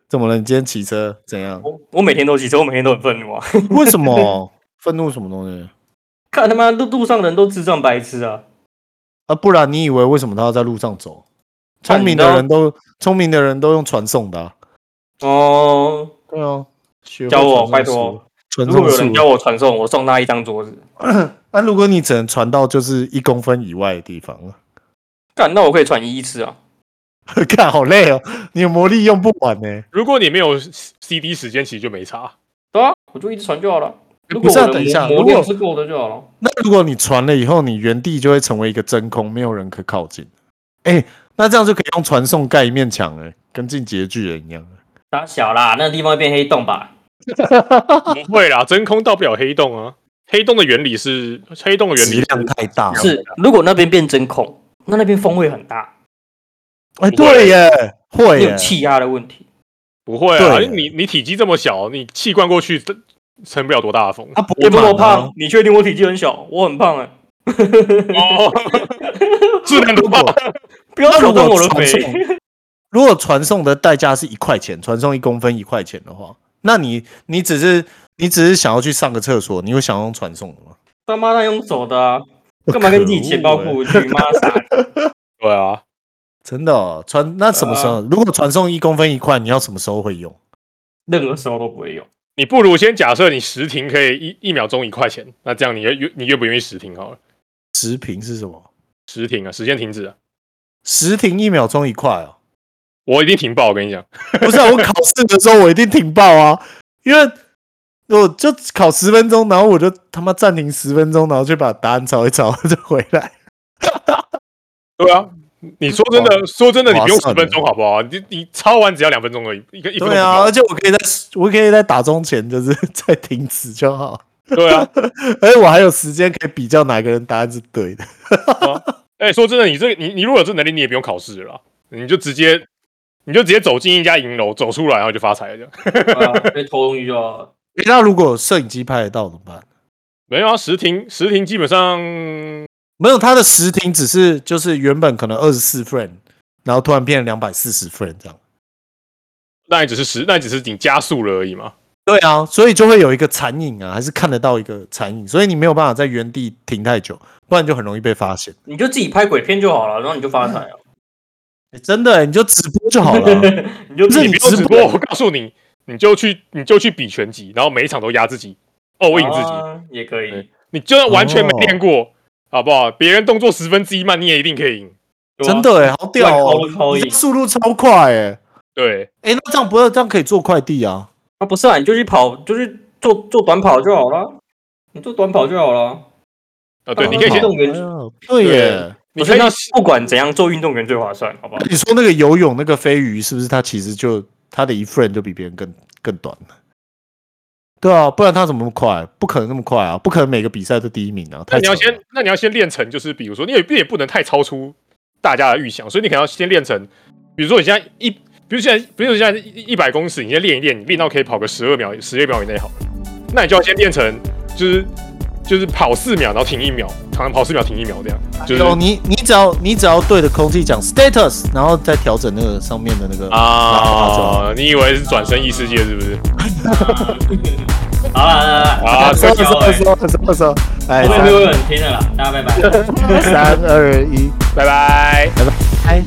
Speaker 4: 怎么了？你今天骑车怎样？
Speaker 1: 我我每天都骑车，我每天都很愤怒啊！
Speaker 4: 为什么愤怒什么东西？
Speaker 1: 看他妈路路上人都智障白痴啊！
Speaker 4: 啊，不然你以为为什么他要在路上走？
Speaker 1: 看
Speaker 4: 聪明
Speaker 1: 你
Speaker 4: 的
Speaker 1: 都
Speaker 4: 人都聪明的人都用传送的啊、
Speaker 1: 哦，
Speaker 4: 对啊，学会
Speaker 1: 教我
Speaker 4: 传送
Speaker 1: 拜托
Speaker 4: 术，传
Speaker 1: 如果有人
Speaker 4: 送
Speaker 1: 教
Speaker 4: 术。
Speaker 1: 我传送，我送他一张桌子。
Speaker 4: 那、如果你只能传到就是一公分以外的地方 了，
Speaker 1: 干，那我可以传一一次啊！
Speaker 4: 看好累哦，你的魔力用不完呢、
Speaker 3: 如果你没有 CD 时间，其实就没差。
Speaker 1: 对啊，我就一直传就好了。如
Speaker 4: 不
Speaker 1: 果
Speaker 4: 是啊
Speaker 1: 我的
Speaker 4: 等一下如
Speaker 1: 魔魔
Speaker 4: 果
Speaker 1: 量是够的就好了。
Speaker 4: 那如果你传了以后，你原地就会成为一个真空，没有人可靠近。哎、那这样就可以用传送盖一面墙哎、跟进阶巨人一样。
Speaker 1: 打小啦，那个地方会变黑洞吧？
Speaker 3: 不会啦，真空到不了黑洞啊。黑洞的原理是黑洞的原
Speaker 4: 质
Speaker 3: 理
Speaker 4: 量太大了。
Speaker 1: 是，如果那边变真空，那那边风会很大，
Speaker 4: 哎，对耶，会
Speaker 1: 会有
Speaker 4: 耶，
Speaker 1: 气压的问题。
Speaker 3: 不会啊，
Speaker 4: 对
Speaker 3: 因为你你体积这么小，你气灌过去成不了多大
Speaker 4: 啊
Speaker 3: 的风。
Speaker 4: 他不
Speaker 1: 我
Speaker 4: 会
Speaker 1: 这么
Speaker 4: 满啊
Speaker 5: 啊
Speaker 1: 胖，，你确定我体积很小？我很胖哎、
Speaker 3: 哦， 质量多爆，
Speaker 1: 不要
Speaker 4: 那
Speaker 1: 手
Speaker 4: 如
Speaker 1: 动
Speaker 4: 果
Speaker 1: 我的
Speaker 4: 传
Speaker 1: 肥，
Speaker 4: 送， 如果传送的代价是一块钱，传送一公分一块钱的话，那你你只是你只是想要去上个厕所，你有想用传送的吗？
Speaker 5: 他妈的用走的啊，干嘛跟自己钱包
Speaker 4: 可恶欸
Speaker 5: 过不去？妈傻逼，
Speaker 3: 对啊，
Speaker 4: 真的哦传、那什么时候？如果传送一公分一块，你要什么时候会用？
Speaker 5: 任何时候都不会用。
Speaker 3: 你不如先假设你时停可以一一秒钟一块钱，那这样你愿你愿不愿意时停好了？
Speaker 4: 时停是什么？
Speaker 3: 时停啊，时间停止啊，
Speaker 4: 时停一秒钟一块哦。
Speaker 3: 我一定停爆，我跟你讲，
Speaker 4: 不是、啊、我考试的时候我一定停爆啊，因为我就考十分钟，然后我就他妈暂停十分钟，然后就把答案找一找 就回来。
Speaker 3: 对啊。你说真的，说真的，你不用
Speaker 4: 嗯划算
Speaker 3: 十
Speaker 4: 欸
Speaker 3: 分钟好不好？你你抄完只要两分钟而已，一个一分钟
Speaker 4: 对
Speaker 3: 不
Speaker 4: 啊，
Speaker 3: 到
Speaker 4: 而且我可以在我可以在打钟前就是 再停止就好，
Speaker 3: 对啊，
Speaker 4: 而且我还有时间可以比较哪个人答案是对的。
Speaker 3: 哎、说真的，你这个你你如果有这能力，你也不用考试了啦，你就直接你就直接走进一家银楼，走出来然后就发财了这样。
Speaker 5: 啊，被偷东西就好了。
Speaker 4: 诶那如果摄影机拍得到怎么办？
Speaker 3: 没有啊，时停时停基本上
Speaker 4: 没有，它的时停只是就是原本可能二十四 frame，然后突然变两百四十 frame 这样。
Speaker 3: 那也只是时，那也只是你加速了而已嘛。
Speaker 4: 对啊，所以就会有一个残影啊，还是看得到一个残影，所以你没有办法在原地停太久，不然就很容易被发现。
Speaker 5: 你就自己拍鬼片就好了，然后你就发财啊了。
Speaker 4: 诶真的、你就直播就好了啊、
Speaker 5: 你就自
Speaker 4: 这
Speaker 5: 己
Speaker 3: 你
Speaker 4: 你
Speaker 3: 不用
Speaker 4: 直
Speaker 3: 直
Speaker 4: 播
Speaker 3: 播，我告诉你，你就去你就去比拳击，然后每一场都压自己，all in 自己，
Speaker 5: 啊也可以
Speaker 3: 对。你就算完全
Speaker 4: 哦
Speaker 3: 没练过，好不好？别人动作十分之一慢，你也一定可以赢。
Speaker 5: 对啊吧
Speaker 4: 真的哎、好屌哦、
Speaker 5: 乱抠一抠
Speaker 4: 你这速度超快哎、欸，
Speaker 3: 对，
Speaker 4: 哎、那这样不要这样可以做快递啊？
Speaker 5: 啊，不是啊，你就去跑，就是做做短跑就好了。你做短跑就好了。
Speaker 3: 啊对，
Speaker 5: 哦
Speaker 3: 你可以
Speaker 4: 哎
Speaker 3: 先
Speaker 5: 好，动员
Speaker 4: 呀对耶。
Speaker 3: 你
Speaker 5: 不
Speaker 3: 可
Speaker 5: 是
Speaker 3: 以
Speaker 5: 那不管怎样做运动员最划算，好不好？
Speaker 4: 你说那个游泳那个飞鱼是不是它其实就它的一 frame 就比别人更更短了？对啊，不然它怎么那么快？不可能那么快啊！不可能每个比赛都第一名啊！
Speaker 3: 那
Speaker 4: 太
Speaker 3: 你要
Speaker 4: 扯了
Speaker 3: 先，那你要先练成，就是比如说，你也你也不能太超出大家的预想，所以你可能要先练成，比如说你现在一，比如现在，比如现在一百公尺，你先练一练，你练到可以跑个十二秒、十二秒以内好了，那你就要先练成，就是就是跑四秒，然后停一秒，常常跑四秒停一秒这样，就是
Speaker 4: 有你，你只要你只要对着空气讲 status，然后再调整那个上面的那个，
Speaker 3: 啊，你以为是转身异世界是不是？
Speaker 5: 好了，
Speaker 3: 啊
Speaker 5: 好了，
Speaker 4: 收
Speaker 5: 收
Speaker 4: 收
Speaker 5: 收收，
Speaker 4: 收收收，来
Speaker 5: 后面没
Speaker 4: 三
Speaker 5: 有人听了啦，大家拜拜。
Speaker 4: 三二一，
Speaker 3: 拜拜。
Speaker 4: 哎。